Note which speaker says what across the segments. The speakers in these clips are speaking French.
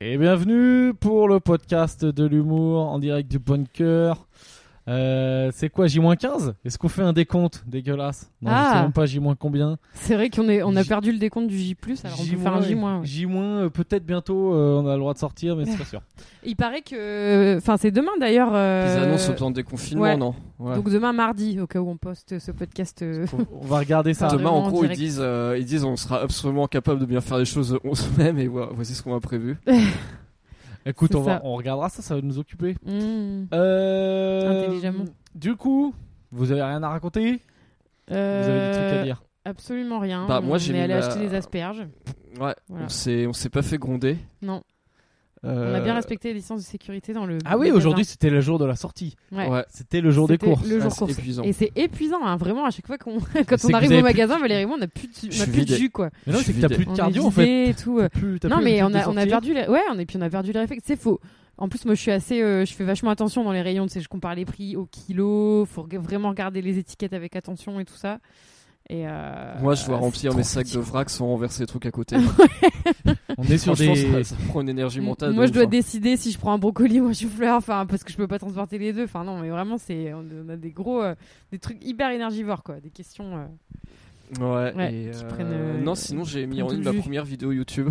Speaker 1: Et bienvenue pour le podcast de l'humour en direct du bunker. Euh, c'est quoi J-15 Est-ce qu'on fait un décompte dégueulasse Non,
Speaker 2: Ah.
Speaker 1: je sais même pas J- combien.
Speaker 2: C'est vrai qu'on est, on a
Speaker 1: J-
Speaker 2: perdu le décompte du J+, alors on peut faire un J-. ouais.
Speaker 1: J- euh, peut-être bientôt euh, on a le droit de sortir mais c'est pas sûr.
Speaker 2: Il paraît que... Enfin, c'est demain d'ailleurs. euh,
Speaker 3: Ils annoncent au plan de déconfinement,
Speaker 2: ouais.
Speaker 3: non Ouais.
Speaker 2: Donc demain mardi, au cas où on poste ce podcast. euh,
Speaker 1: On, on va regarder ça.
Speaker 2: Pardon.
Speaker 3: Demain, en
Speaker 2: en
Speaker 3: gros,
Speaker 2: direct.
Speaker 3: ils disent, euh, ils disent, on sera absolument capable de bien faire les choses on semaine, et voilà, voici ce qu'on a prévu.
Speaker 1: Écoute,
Speaker 2: C'est
Speaker 1: on, va-
Speaker 2: ça.
Speaker 1: on regardera ça, ça va nous occuper.
Speaker 2: hmm,
Speaker 1: Euh,
Speaker 2: Intelligemment.
Speaker 1: Du coup, vous avez rien à raconter Vous avez des trucs à
Speaker 2: euh,
Speaker 1: dire
Speaker 2: Absolument rien.
Speaker 3: Bah, moi,
Speaker 2: on
Speaker 3: j'ai
Speaker 2: est
Speaker 3: mis
Speaker 2: allé
Speaker 3: ma-
Speaker 2: acheter des asperges.
Speaker 3: Ouais,
Speaker 2: Voilà.
Speaker 3: on s'est, on s'est pas fait gronder.
Speaker 2: Non,
Speaker 3: Euh,
Speaker 2: on a bien respecté les licences de sécurité dans le.
Speaker 1: Ah oui,
Speaker 2: magasin.
Speaker 1: aujourd'hui c'était le jour de la sortie.
Speaker 2: Ouais.
Speaker 3: ouais.
Speaker 1: C'était le jour des
Speaker 2: C'était
Speaker 1: courses.
Speaker 2: Le jour
Speaker 3: Ah, c'est
Speaker 2: course.
Speaker 3: épuisant.
Speaker 2: Et c'est épuisant, hein, vraiment, à chaque fois qu'on quand
Speaker 1: C'est
Speaker 2: on
Speaker 1: que
Speaker 2: arrive
Speaker 1: vous avez
Speaker 2: au
Speaker 1: plus-
Speaker 2: magasin, Valérie et moi, on n'a plus de, on
Speaker 3: Je
Speaker 2: a
Speaker 3: suis
Speaker 2: plus de
Speaker 3: vidé.
Speaker 2: jus, quoi.
Speaker 1: Mais non,
Speaker 3: Je
Speaker 1: c'est que
Speaker 3: suis
Speaker 1: t'as
Speaker 3: vidé.
Speaker 1: plus de
Speaker 2: On est
Speaker 1: cardio en fait.
Speaker 2: vidé et tout. euh.
Speaker 1: T'as plus- t'as
Speaker 2: Non,
Speaker 1: plus le
Speaker 2: mais
Speaker 1: truc
Speaker 2: on
Speaker 1: des
Speaker 2: a, on a
Speaker 1: sorties.
Speaker 2: perdu la... Ouais, on et puis on a perdu le réflexe. C'est faux. En plus, moi, je suis assez. euh, je fais vachement attention dans les rayons. Tu sais, je compare les prix au kilo. Faut rega- vraiment regarder les étiquettes avec attention et tout ça. Et euh,
Speaker 3: Moi, je dois
Speaker 2: euh,
Speaker 3: remplir
Speaker 2: c'est trop
Speaker 3: mes sacs de
Speaker 2: fatigant.
Speaker 3: vrac sans renverser les trucs à côté.
Speaker 1: On est sur
Speaker 3: Franchement,
Speaker 1: des.
Speaker 3: ça, ça prend une énergie mentale.
Speaker 2: Moi,
Speaker 3: de
Speaker 2: je
Speaker 3: ouf,
Speaker 2: dois
Speaker 3: hein.
Speaker 2: décider si je prends un brocoli ou un chou-fleur, enfin, parce que je peux pas transporter les deux. Enfin, non, mais vraiment, c'est on, on a des gros, euh, des trucs hyper énergivores, quoi, des questions. euh.
Speaker 3: Ouais.
Speaker 2: Ouais,
Speaker 3: et,
Speaker 2: qui
Speaker 3: euh,
Speaker 2: prennent, euh,
Speaker 3: non, sinon, j'ai mis
Speaker 2: prennent
Speaker 3: en
Speaker 2: tout
Speaker 3: ligne
Speaker 2: le
Speaker 3: ma
Speaker 2: jus.
Speaker 3: première vidéo YouTube.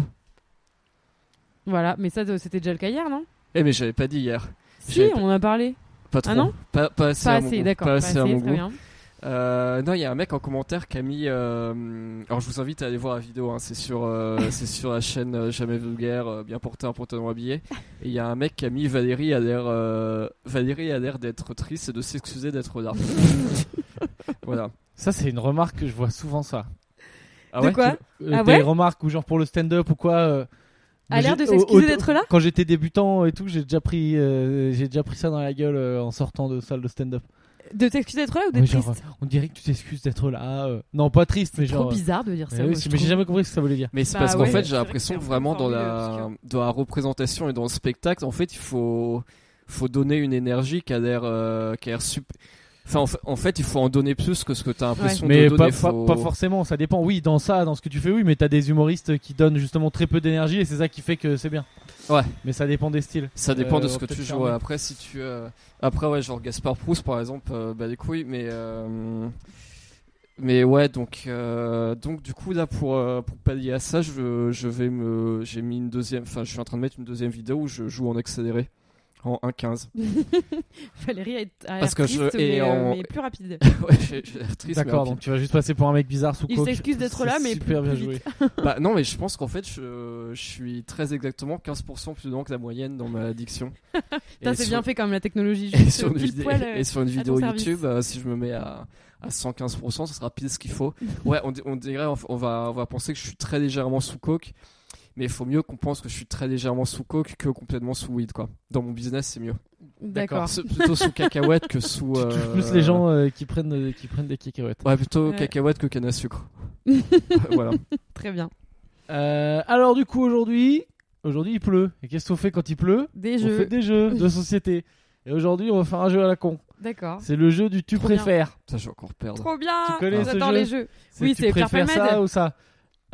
Speaker 2: Voilà, mais ça, euh, c'était déjà le cas hier, non
Speaker 3: Eh, mais j'avais pas dit hier.
Speaker 2: Si,
Speaker 3: J'avais pas-
Speaker 2: on en a parlé.
Speaker 3: Pas trop.
Speaker 2: Ah non
Speaker 3: pas, pas assez,
Speaker 2: Pas
Speaker 3: à mon
Speaker 2: assez,
Speaker 3: goût.
Speaker 2: d'accord.
Speaker 3: Pas
Speaker 2: pas
Speaker 3: assez à mon
Speaker 2: très
Speaker 3: goût.
Speaker 2: bien.
Speaker 3: Euh, non, il y a un mec en commentaire qui a mis. euh, alors, je vous invite à aller voir la vidéo. hein, c'est sur, euh, c'est sur la chaîne euh, Jamais vulgaire, euh, bien porté, un pantalon habillé. Et il y a un mec qui a mis Valérie a l'air. euh, Valérie a l'air d'être triste et de s'excuser d'être là. voilà.
Speaker 1: Ça, c'est une remarque que je vois souvent ça.
Speaker 3: Ah
Speaker 2: De
Speaker 3: ouais
Speaker 2: quoi
Speaker 1: Euh,
Speaker 2: Ah
Speaker 1: des
Speaker 2: ouais
Speaker 1: remarques ou genre pour le stand-up ou quoi euh,
Speaker 2: À l'air
Speaker 1: j'ai-
Speaker 2: de s'excuser
Speaker 1: au- au-
Speaker 2: d'être là
Speaker 1: Quand j'étais débutant et tout, j'ai déjà pris euh, j'ai déjà pris ça dans la gueule euh, en sortant de salle de stand-up.
Speaker 2: De t'excuser d'être là ou
Speaker 1: Ouais,
Speaker 2: d'être
Speaker 1: genre,
Speaker 2: triste
Speaker 1: euh, on dirait que tu t'excuses d'être là. euh. Non, pas triste, mais genre.
Speaker 2: Trop
Speaker 1: euh,
Speaker 2: bizarre de dire
Speaker 1: mais
Speaker 2: ça.
Speaker 1: oui,
Speaker 2: moi,
Speaker 1: c'est-
Speaker 2: je
Speaker 1: mais j'ai
Speaker 2: trouve.
Speaker 1: jamais compris ce que ça voulait dire.
Speaker 3: Mais c'est
Speaker 2: Bah
Speaker 3: parce qu'en
Speaker 2: ouais,
Speaker 3: fait, j'ai
Speaker 2: c'est vrai
Speaker 3: l'impression
Speaker 2: que
Speaker 3: que
Speaker 2: c'est un
Speaker 3: vraiment
Speaker 2: peu
Speaker 3: dans
Speaker 2: formule
Speaker 3: la, dans la représentation et dans le spectacle, en fait, il faut, faut donner une énergie qui a l'air, euh, qui a l'air sup- Enfin, en fait, en fait, il faut en donner plus que ce que t'as l'impression
Speaker 1: Mais
Speaker 3: de
Speaker 1: pas, pas-
Speaker 3: donner. faut-
Speaker 1: pas forcément, ça dépend. Oui, dans ça, dans ce que tu fais, oui, mais t'as des humoristes qui donnent justement très peu d'énergie et c'est ça qui fait que c'est bien.
Speaker 3: Ouais.
Speaker 1: Mais ça dépend des styles.
Speaker 3: Ça dépend
Speaker 1: Euh,
Speaker 3: de
Speaker 1: on
Speaker 3: ce que
Speaker 1: peut
Speaker 3: tu
Speaker 1: te
Speaker 3: joues.
Speaker 1: fermer.
Speaker 3: ouais. Après, si tu. euh, Après, ouais, genre Gaspard Proust, par exemple, euh, bah les couilles, mais. euh, Mais ouais, donc. euh, Donc, du coup, là, pour, euh, pour pallier à ça, je, je vais me. J'ai mis une deuxième. Enfin, je suis en train de mettre une deuxième vidéo où je joue en accéléré. En 1.15.
Speaker 2: Valérie a a l'air
Speaker 3: Parce que je-
Speaker 2: triste,
Speaker 3: et
Speaker 2: mais, euh,
Speaker 3: en-
Speaker 2: mais plus rapide.
Speaker 3: ouais, j'ai j'ai l'air triste. mais
Speaker 1: D'accord,
Speaker 3: rapide.
Speaker 1: donc tu vas juste passer pour un mec bizarre sous
Speaker 2: Il
Speaker 1: coke.
Speaker 2: s'excuse d'être
Speaker 1: C'est
Speaker 2: là, mais
Speaker 1: super
Speaker 2: plus-
Speaker 1: bien
Speaker 2: plus
Speaker 1: joué.
Speaker 3: Bah, non, mais je pense qu'en fait, je, je suis très exactement 15% plus lent que la moyenne dans ma diction.
Speaker 2: Putain,
Speaker 3: Et
Speaker 2: c'est
Speaker 3: sur-
Speaker 2: bien fait quand même la technologie.
Speaker 3: Et
Speaker 2: juste
Speaker 3: sur, une
Speaker 2: pile
Speaker 3: vidéo,
Speaker 2: poil, euh,
Speaker 3: et sur une
Speaker 2: ton
Speaker 3: vidéo
Speaker 2: service.
Speaker 3: YouTube, euh, si je me mets à, à 115%, ce sera pile ce qu'il faut. Ouais, on, di- on dirait, on, f- on va, on va penser que je suis très légèrement sous coke, mais il faut mieux qu'on pense que je suis très légèrement sous coke que complètement sous weed, quoi. Dans mon business, c'est mieux.
Speaker 2: D'accord.
Speaker 3: C'est plutôt sous cacahuète que sous.
Speaker 1: Tu touches
Speaker 3: euh,
Speaker 1: plus les gens euh, qui, prennent, euh, qui prennent des cacahuètes.
Speaker 3: Ouais, plutôt
Speaker 2: Ouais.
Speaker 3: cacahuète que canne à sucre. voilà.
Speaker 2: Très bien.
Speaker 1: Euh, alors du coup aujourd'hui, aujourd'hui il pleut. Et qu'est-ce qu'on fait quand il pleut
Speaker 2: Des
Speaker 1: On fait
Speaker 2: jeux.
Speaker 1: des jeux de société. Et aujourd'hui on va faire un jeu à la con.
Speaker 2: D'accord.
Speaker 1: C'est le jeu du tu
Speaker 2: Ah. Trop
Speaker 1: préfères.
Speaker 3: Ça, je vais encore perdre.
Speaker 2: Trop bien.
Speaker 1: Tu connais ce
Speaker 2: J'adore
Speaker 1: jeu
Speaker 2: les jeux.
Speaker 1: C'est
Speaker 2: Oui,
Speaker 1: tu
Speaker 2: c'est Pierre
Speaker 1: préfères ça
Speaker 2: Palmade.
Speaker 1: ou ça.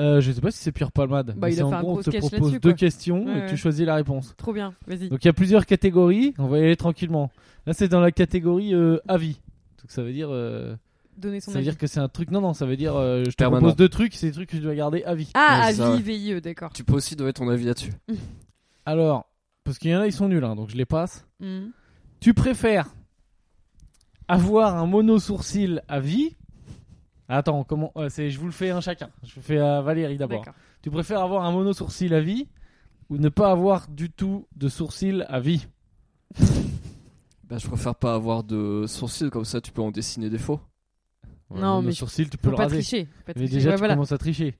Speaker 1: Euh, je sais pas si c'est Pierre Palmade.
Speaker 2: Bah,
Speaker 1: mais
Speaker 2: il a
Speaker 1: c'est en
Speaker 2: fait un
Speaker 1: gros,
Speaker 2: gros
Speaker 1: on te
Speaker 2: sketch
Speaker 1: propose
Speaker 2: là-dessus,
Speaker 1: deux
Speaker 2: quoi.
Speaker 1: questions
Speaker 2: Ouais,
Speaker 1: et
Speaker 2: ouais.
Speaker 1: tu choisis la réponse.
Speaker 2: Trop bien. Vas-y.
Speaker 1: Donc il y a plusieurs catégories. On va y aller tranquillement. Là c'est dans la catégorie euh, avis. Donc ça veut dire, euh,
Speaker 2: Donner son
Speaker 1: ça veut
Speaker 2: avis.
Speaker 1: dire que c'est un truc. Non non, ça veut dire euh, je te
Speaker 3: Permanent.
Speaker 1: propose deux trucs. C'est des trucs que je dois garder avis.
Speaker 2: Ah,
Speaker 3: Ouais, c'est ça,
Speaker 2: avis
Speaker 3: ouais.
Speaker 2: VIE, d'accord.
Speaker 3: Tu peux aussi donner ton avis là-dessus.
Speaker 1: Alors parce qu'il y en a ils sont nuls, hein, donc je les passe.
Speaker 2: Mhm.
Speaker 1: Tu préfères avoir un mono sourcil à vie Attends, comment euh, c'est je vous le fais un chacun. Je vous fais à Valérie d'abord.
Speaker 2: D'accord.
Speaker 1: Tu préfères avoir un mono sourcil à vie ou ne pas avoir du tout de sourcil à vie
Speaker 3: Bah, je préfère pas avoir de sourcils, comme ça, tu peux en dessiner des faux.
Speaker 2: Ouais, Non, mais je-
Speaker 1: sourcil, tu peux
Speaker 2: Faut
Speaker 1: le
Speaker 2: pas
Speaker 1: raser.
Speaker 2: tricher. faut pas
Speaker 1: Mais
Speaker 2: tricher.
Speaker 1: déjà
Speaker 2: Ouais,
Speaker 1: tu
Speaker 2: voilà.
Speaker 1: commences à tricher.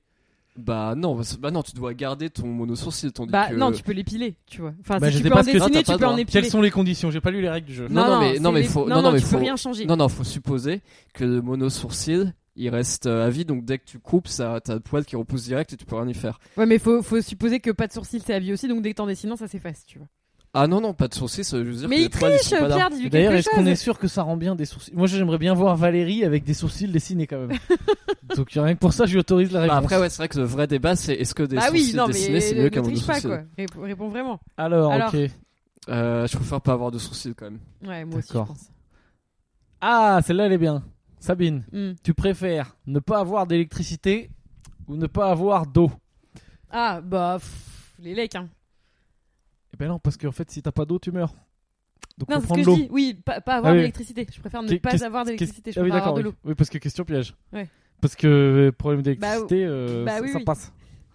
Speaker 3: Bah non, parce- bah non, tu dois garder ton monosourcil, tandis
Speaker 2: Bah
Speaker 3: que...
Speaker 2: non, tu peux l'épiler, tu vois. Enfin,
Speaker 1: Bah,
Speaker 2: si
Speaker 1: je
Speaker 2: tu
Speaker 1: sais
Speaker 2: peux
Speaker 1: pas
Speaker 2: en
Speaker 1: ce que-
Speaker 3: Non,
Speaker 2: dessiner, tu
Speaker 3: t'as pas
Speaker 2: peux en
Speaker 3: droit.
Speaker 2: épiler.
Speaker 1: Quelles sont les conditions J'ai pas lu les règles du jeu.
Speaker 3: Non, non, mais-
Speaker 2: c'est
Speaker 3: non, mais
Speaker 2: les-
Speaker 3: faut-
Speaker 2: Non,
Speaker 3: non,
Speaker 2: non,
Speaker 3: mais
Speaker 2: tu peux
Speaker 3: faut-
Speaker 2: rien changer.
Speaker 3: Non, non, faut supposer que le monosourcil, il reste euh, à vie, donc dès que tu coupes, ça, t'as le poil qui repousse direct et tu peux rien y faire.
Speaker 2: Ouais, mais faut, faut supposer que pas de sourcils, c'est à vie aussi, donc dès que t'en dessines, un, ça s'efface, tu vois.
Speaker 3: Ah non, non, pas de saucisse, je veux dire.
Speaker 2: Mais
Speaker 3: que
Speaker 2: il
Speaker 3: les poils, ils
Speaker 2: triche,
Speaker 3: sont pas là.
Speaker 2: Pierre, dis-lui
Speaker 1: D'ailleurs,
Speaker 2: quelque
Speaker 1: est-ce qu'on
Speaker 2: chose.
Speaker 1: est sûr que ça rend bien des sourcils Moi, j'aimerais bien voir Valérie avec des sourcils dessinés quand même. Donc rien que pour ça, je lui autorise la
Speaker 3: Bah
Speaker 1: réponse.
Speaker 3: après, ouais, c'est vrai que le vrai débat, c'est est-ce que des
Speaker 2: Bah oui,
Speaker 3: sourcils
Speaker 2: non,
Speaker 3: dessinés,
Speaker 2: mais
Speaker 3: c'est
Speaker 2: ne
Speaker 3: mieux qu'un mono
Speaker 2: triche pas,
Speaker 3: sourcil
Speaker 2: quoi. Répo- Réponds vraiment.
Speaker 1: Alors,
Speaker 2: Alors.
Speaker 1: ok.
Speaker 3: Euh, Je préfère pas avoir de sourcils quand même.
Speaker 2: Ouais, moi aussi, je
Speaker 1: D'accord.
Speaker 2: pense.
Speaker 1: Ah, celle-là, elle est bien. Sabine,
Speaker 2: Hmm.
Speaker 1: tu préfères ne pas avoir d'électricité ou ne pas avoir d'eau
Speaker 2: Ah, bah, pff, les lecs, hein.
Speaker 1: Eh ben non, parce qu'en fait, si t'as pas d'eau, tu meurs. Donc faut
Speaker 2: Non, c'est ce que
Speaker 1: prendre
Speaker 2: je
Speaker 1: l'eau.
Speaker 2: dis. Oui, pas, pas avoir
Speaker 1: Ah oui.
Speaker 2: d'électricité. Je préfère ne
Speaker 1: Qu'est-
Speaker 2: pas
Speaker 1: qu'est-ce-
Speaker 2: avoir
Speaker 1: Qu'est-ce-
Speaker 2: d'électricité. Je
Speaker 1: Ah oui,
Speaker 2: préfère avoir
Speaker 1: d'accord.
Speaker 2: de
Speaker 1: Oui.
Speaker 2: l'eau.
Speaker 1: Oui, parce que question piège.
Speaker 2: Ouais.
Speaker 1: Parce que euh, problème
Speaker 2: Bah,
Speaker 1: d'électricité, euh,
Speaker 2: bah
Speaker 1: ça,
Speaker 2: oui,
Speaker 1: ça
Speaker 2: oui.
Speaker 1: passe.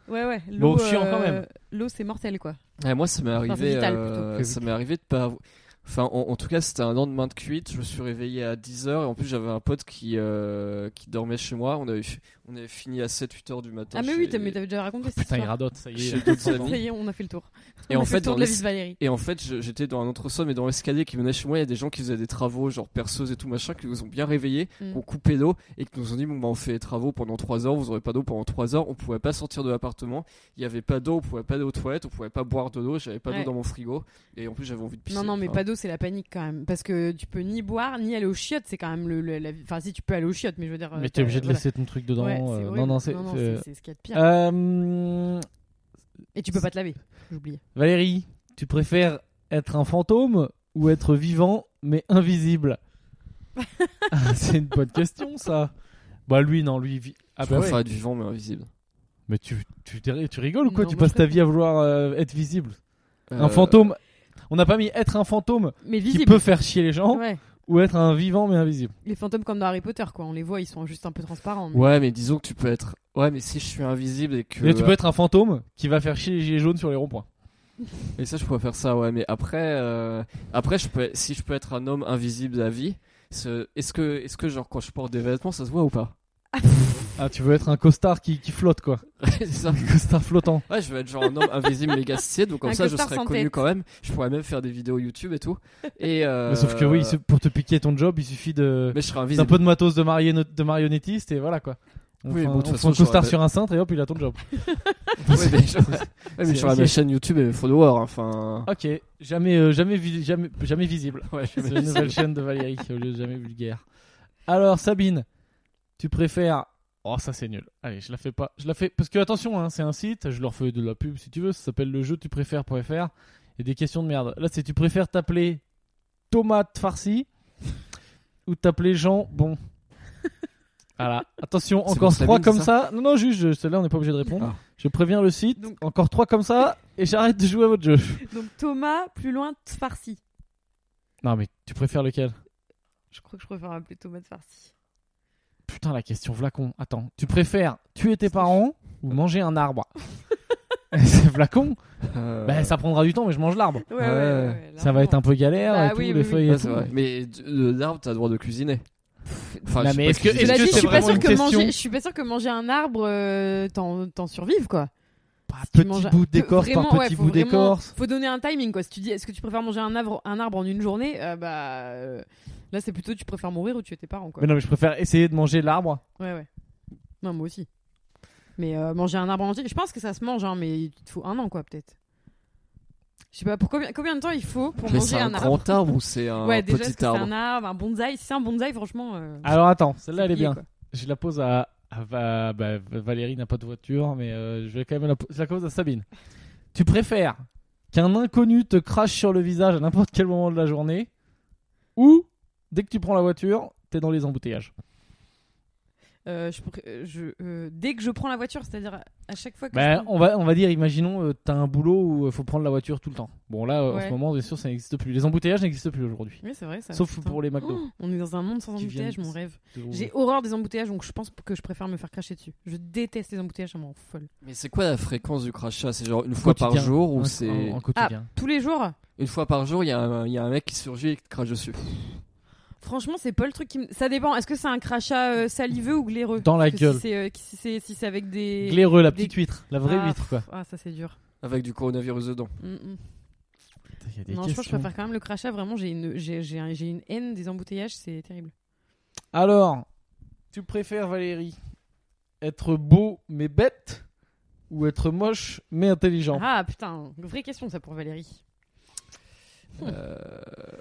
Speaker 2: Ouais, ouais.
Speaker 1: Bon,
Speaker 2: L'eau,
Speaker 1: chiant quand
Speaker 2: euh,
Speaker 1: même.
Speaker 2: L'eau, c'est mortel, quoi.
Speaker 3: Ouais, moi, ça m'est
Speaker 2: c'est
Speaker 3: arrivé,
Speaker 2: vital,
Speaker 3: euh,
Speaker 2: plutôt.
Speaker 1: Que
Speaker 3: ça m'est arrivé de pas. avou- Enfin, en, en tout cas, c'était un lendemain de cuite. Je me suis réveillé à 10h et en plus, j'avais un pote qui, euh, qui dormait chez moi. On avait, fi- on avait fini à 7-8 heures du matin.
Speaker 2: Ah, mais
Speaker 3: chez-
Speaker 2: oui, t'as- mais t'avais déjà raconté cette
Speaker 1: Putain, il
Speaker 2: histoire.
Speaker 1: radote, ça y
Speaker 3: chez
Speaker 1: est.
Speaker 3: d'autres amis.
Speaker 2: Ça y est, on a fait le tour.
Speaker 3: Et
Speaker 2: On a
Speaker 3: en
Speaker 2: fait le
Speaker 3: fait,
Speaker 2: tour
Speaker 3: dans
Speaker 2: de la
Speaker 3: l'es-
Speaker 2: vie de Valérie.
Speaker 3: Et en fait, je- j'étais dans un autre sol, mais dans l'escalier qui menait chez moi, il y a des gens qui faisaient des travaux, genre perceuse et tout machin, qui nous ont bien réveillés,
Speaker 2: Mm.
Speaker 3: qui ont coupé l'eau et qui nous ont dit Bon, bah, on fait les travaux pendant 3 heures, vous aurez pas d'eau pendant 3 heures, on pouvait pas sortir de l'appartement, il y avait pas d'eau, on pouvait pas aller aux toilettes, on pouvait pas boire de l'eau, j'avais pas
Speaker 2: Ouais.
Speaker 3: d'eau dans mon frigo, et en plus, j'avais envie de pisser.
Speaker 2: Non, non, mais
Speaker 3: enfin.
Speaker 2: pas d'eau, c'est la panique quand même. Parce que tu peux ni boire, ni aller aux chiottes. C'est quand même le. le- la- Enfin, si tu peux aller aux chiottes, mais je veux dire.
Speaker 1: Mais
Speaker 2: euh,
Speaker 1: t'es obligé de
Speaker 2: voilà.
Speaker 1: laisser ton truc dedans.
Speaker 2: Ouais,
Speaker 1: euh,
Speaker 2: c'est
Speaker 1: non,
Speaker 2: horrible.
Speaker 1: non, c'est. euh, Ah.
Speaker 2: c'est
Speaker 1: c'est-
Speaker 2: c'est ce qu'il y a de pire.
Speaker 1: Euh,
Speaker 2: Et tu peux pas te laver, j'oublie.
Speaker 1: Valérie, tu préfères être un fantôme ou être vivant mais invisible Ah, C'est une bonne question, ça. Bah lui, non, lui. il vit- Ah
Speaker 3: Je
Speaker 1: bah ouais.
Speaker 3: préfère être vivant, mais invisible.
Speaker 1: Mais tu, tu, t'es- tu rigoles ou quoi
Speaker 2: Non,
Speaker 1: Tu
Speaker 2: moi, je
Speaker 1: passes ta vie à vouloir euh, être visible.
Speaker 3: Euh,
Speaker 1: Un fantôme. On n'a pas mis être un fantôme
Speaker 2: Mais
Speaker 1: qui
Speaker 2: visible.
Speaker 1: peut faire hein. chier les gens
Speaker 2: Ouais.
Speaker 1: ou être un vivant mais invisible.
Speaker 2: Les fantômes comme dans Harry Potter, quoi. On les voit, ils sont juste un peu transparents. mais-
Speaker 3: Ouais, mais disons que tu peux être. Ouais, mais si je suis invisible et que.
Speaker 1: Et tu peux être un fantôme qui va faire chier les gilets jaunes sur les ronds-points.
Speaker 3: Et ça, je pourrais faire ça, ouais. Mais après, euh, après, je peux, si je peux être un homme invisible à vie, ce- est-ce que, est-ce que genre quand je porte des vêtements, ça se voit ou pas
Speaker 1: Ah, tu veux être un costard qui, qui flotte quoi.
Speaker 3: C'est ça.
Speaker 1: Un costard flottant.
Speaker 3: Ouais, je veux être genre un homme invisible méga stylé, donc comme
Speaker 2: Un
Speaker 3: ça, je
Speaker 2: costard
Speaker 3: serais
Speaker 2: sans
Speaker 3: connu
Speaker 2: tête.
Speaker 3: quand même. Je pourrais même faire des vidéos YouTube et tout. Et euh,
Speaker 1: Mais sauf que oui, c'est- pour te piquer ton job, il suffit de.
Speaker 3: mais je serais
Speaker 1: C'est un
Speaker 3: invisible.
Speaker 1: peu de matos de, marionne- de marionnettiste et voilà quoi. On
Speaker 3: Oui,
Speaker 1: fait
Speaker 3: bon,
Speaker 1: un-
Speaker 3: de toute
Speaker 1: on fait
Speaker 3: façon,
Speaker 1: un costard
Speaker 3: j'aurais-
Speaker 1: sur un cintre et hop, il a ton job.
Speaker 3: Ouais, mais j'aurais- ouais, mais
Speaker 1: C'est-
Speaker 3: j'aurais ma
Speaker 1: c'est-
Speaker 3: chaîne YouTube et mes followers. hein, Enfin,
Speaker 1: Ok, jamais, euh, jamais, vi- jamais, jamais visible.
Speaker 3: ouais, je
Speaker 1: C'est
Speaker 3: vais-
Speaker 1: la nouvelle chaîne de Valérie au lieu de jamais vulgaire. Alors Sabine, tu préfères. Oh, ça c'est nul. Allez, je la fais pas. Je la fais. Parce que attention, hein, c'est un site, je leur fais de la pub si tu veux. Ça s'appelle le jeu tu préfères.fr. Et des questions de merde. Là, c'est tu préfères t'appeler tomate farcie ou t'appeler Jean Bon. Voilà. Attention,
Speaker 3: C'est
Speaker 1: encore
Speaker 3: pour
Speaker 1: trois
Speaker 3: Sabine,
Speaker 1: comme ça. Non, non, juste, je- celle-là, on n'est pas obligé de répondre.
Speaker 3: Ah.
Speaker 1: Je préviens le site.
Speaker 2: Donc-
Speaker 1: Encore trois comme ça et j'arrête de jouer à votre jeu.
Speaker 2: Donc Thomas, plus loin, farci.
Speaker 1: Non, mais tu préfères lequel
Speaker 2: Je crois que je préfère appeler Thomas de farci.
Speaker 1: Putain, la question Flacon. Attends, tu préfères tuer tes parents ou manger un arbre C'est Flacon
Speaker 3: Euh,
Speaker 1: Ben, ça prendra du temps, mais je mange l'arbre. Euh,
Speaker 2: Ouais,
Speaker 3: ouais, ouais,
Speaker 1: Ah Ça va être un peu galère,
Speaker 2: Bah
Speaker 1: et tout,
Speaker 2: oui,
Speaker 1: les
Speaker 2: oui, oui.
Speaker 1: feuilles
Speaker 3: ouais,
Speaker 1: et
Speaker 3: c'est
Speaker 1: tout.
Speaker 3: vrai. Mais de- de l'arbre, t'as le droit de cuisiner. Enfin,
Speaker 1: Non,
Speaker 3: je sais
Speaker 1: mais
Speaker 3: pas
Speaker 1: est-ce que-
Speaker 3: si
Speaker 1: est-ce
Speaker 2: Cela
Speaker 1: que
Speaker 2: dit, Bah, je
Speaker 1: c'est
Speaker 2: suis pas
Speaker 1: vraiment
Speaker 2: sûre
Speaker 1: une
Speaker 2: que manger,
Speaker 1: question
Speaker 2: je suis pas sûre que manger un arbre, euh, t'en, t'en survives quoi.
Speaker 1: Par Bah,
Speaker 2: Tu
Speaker 1: petit
Speaker 2: manges-
Speaker 1: bout
Speaker 2: Peu-
Speaker 1: d'écorce, par
Speaker 2: vraiment, ouais,
Speaker 1: petit
Speaker 2: faut
Speaker 1: bout
Speaker 2: vraiment-
Speaker 1: d'écorce.
Speaker 2: Faut donner un timing quoi. Si tu dis, est-ce que tu préfères manger un arbre, un arbre en une journée, euh, bah euh, là c'est plutôt tu préfères mourir ou tuer tes parents quoi.
Speaker 1: Mais non, mais je préfère essayer de manger l'arbre.
Speaker 2: Ouais ouais. Non moi aussi. Mais euh, manger un arbre entier, je pense que ça se mange hein, mais il te faut un an quoi peut-être. Je sais pas pour combien, combien de temps il faut pour
Speaker 3: Mais
Speaker 2: manger
Speaker 3: c'est un,
Speaker 2: un, arbre.
Speaker 3: grand arbre ou c'est un
Speaker 2: ouais déjà est-ce que
Speaker 3: petit
Speaker 2: c'est
Speaker 3: arbre
Speaker 2: un arbre, un bonsaï. Si c'est un bonsaï franchement. euh,
Speaker 1: Alors attends,
Speaker 2: c'est
Speaker 1: celle-là Ah, elle est
Speaker 2: plié,
Speaker 1: bien.
Speaker 2: quoi.
Speaker 1: Je la pose à. à Va- bah, Valérie n'a pas de voiture, mais euh, je vais quand même la, po- je la pose à Sabine. Tu préfères qu'un inconnu te crache sur le visage à n'importe quel moment de la journée ou dès que tu prends la voiture, t'es dans les embouteillages
Speaker 2: Euh, je, pourrais- euh, je- euh, dès que je prends la voiture, c'est-à-dire à chaque fois que je
Speaker 1: Ben,
Speaker 2: prends-
Speaker 1: on va, on va dire, imaginons, euh, t'as un boulot où il faut prendre la voiture tout le temps. Bon, là, euh, en
Speaker 2: Ouais.
Speaker 1: ce moment, bien sûr, ça n'existe plus. Les embouteillages n'existent plus aujourd'hui.
Speaker 2: Oui, c'est vrai ça.
Speaker 1: Sauf
Speaker 2: Putain.
Speaker 1: pour les McDo.
Speaker 2: Oh, on est dans un monde sans
Speaker 1: Qui viennent-
Speaker 2: embouteillage, mon rêve.
Speaker 1: Toujours-
Speaker 2: J'ai horreur des embouteillages, donc je pense que je préfère me faire cracher dessus. Je déteste les embouteillages, ça m'en folle.
Speaker 3: Mais c'est quoi la fréquence du crachat C'est genre une fois par
Speaker 1: Quotidien.
Speaker 3: jour
Speaker 1: En-
Speaker 3: ou
Speaker 1: en,
Speaker 3: c'est
Speaker 1: en quotidien.
Speaker 2: Tous les jours,
Speaker 3: une fois par jour il y, a un- il y a un mec qui surgit et qui te crache dessus.
Speaker 2: franchement, c'est pas le truc qui me. Ça dépend, est-ce que c'est un crachat euh, saliveux ou glaireux
Speaker 1: Dans la
Speaker 2: Parce que
Speaker 1: gueule.
Speaker 2: Si c'est euh, si c'est- si c'est avec des.
Speaker 1: Glaireux, la
Speaker 2: des-
Speaker 1: petite huître. La vraie
Speaker 2: Ah,
Speaker 1: huître, quoi.
Speaker 2: pff, Ah, ça c'est dur.
Speaker 3: Avec du coronavirus dedans.
Speaker 2: Mm, mm.
Speaker 1: Putain, y a des
Speaker 2: Non, je pense que je
Speaker 1: questions.
Speaker 2: préfère quand même le crachat, vraiment, j'ai une, j'ai- j'ai un- j'ai une haine des embouteillages, c'est terrible.
Speaker 1: Alors, tu préfères, Valérie, être beau mais bête ou être moche mais intelligent
Speaker 2: Ah putain, vraie question ça pour Valérie.
Speaker 3: Euh,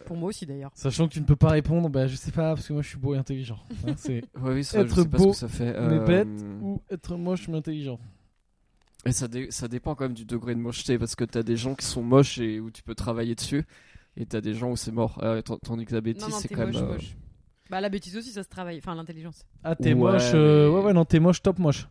Speaker 2: Pour moi aussi d'ailleurs.
Speaker 1: Sachant que tu ne peux pas répondre, bah je sais pas, parce que moi je suis beau et intelligent. Hein, c'est
Speaker 3: ouais, oui, ça,
Speaker 1: Être
Speaker 3: je sais pas
Speaker 1: beau,
Speaker 3: ce que ça fait.
Speaker 1: mais
Speaker 3: euh,
Speaker 1: bête ou être moche mais intelligent.
Speaker 3: Et ça, dé- ça dépend quand même du degré de mocheté, parce que t'as des gens qui sont moches et où tu peux travailler dessus, et t'as des gens où c'est mort. Euh, t- tandis que la bêtise,
Speaker 2: non, non,
Speaker 3: c'est
Speaker 2: t'es
Speaker 3: quand
Speaker 2: moche,
Speaker 3: même. euh,
Speaker 2: moche. Bah, la bêtise aussi, ça se travaille. Enfin, l'intelligence.
Speaker 1: Ah, t'es
Speaker 3: Ouais,
Speaker 1: moche, euh,
Speaker 3: mais-
Speaker 1: ouais, ouais, non, t'es moche, top moche.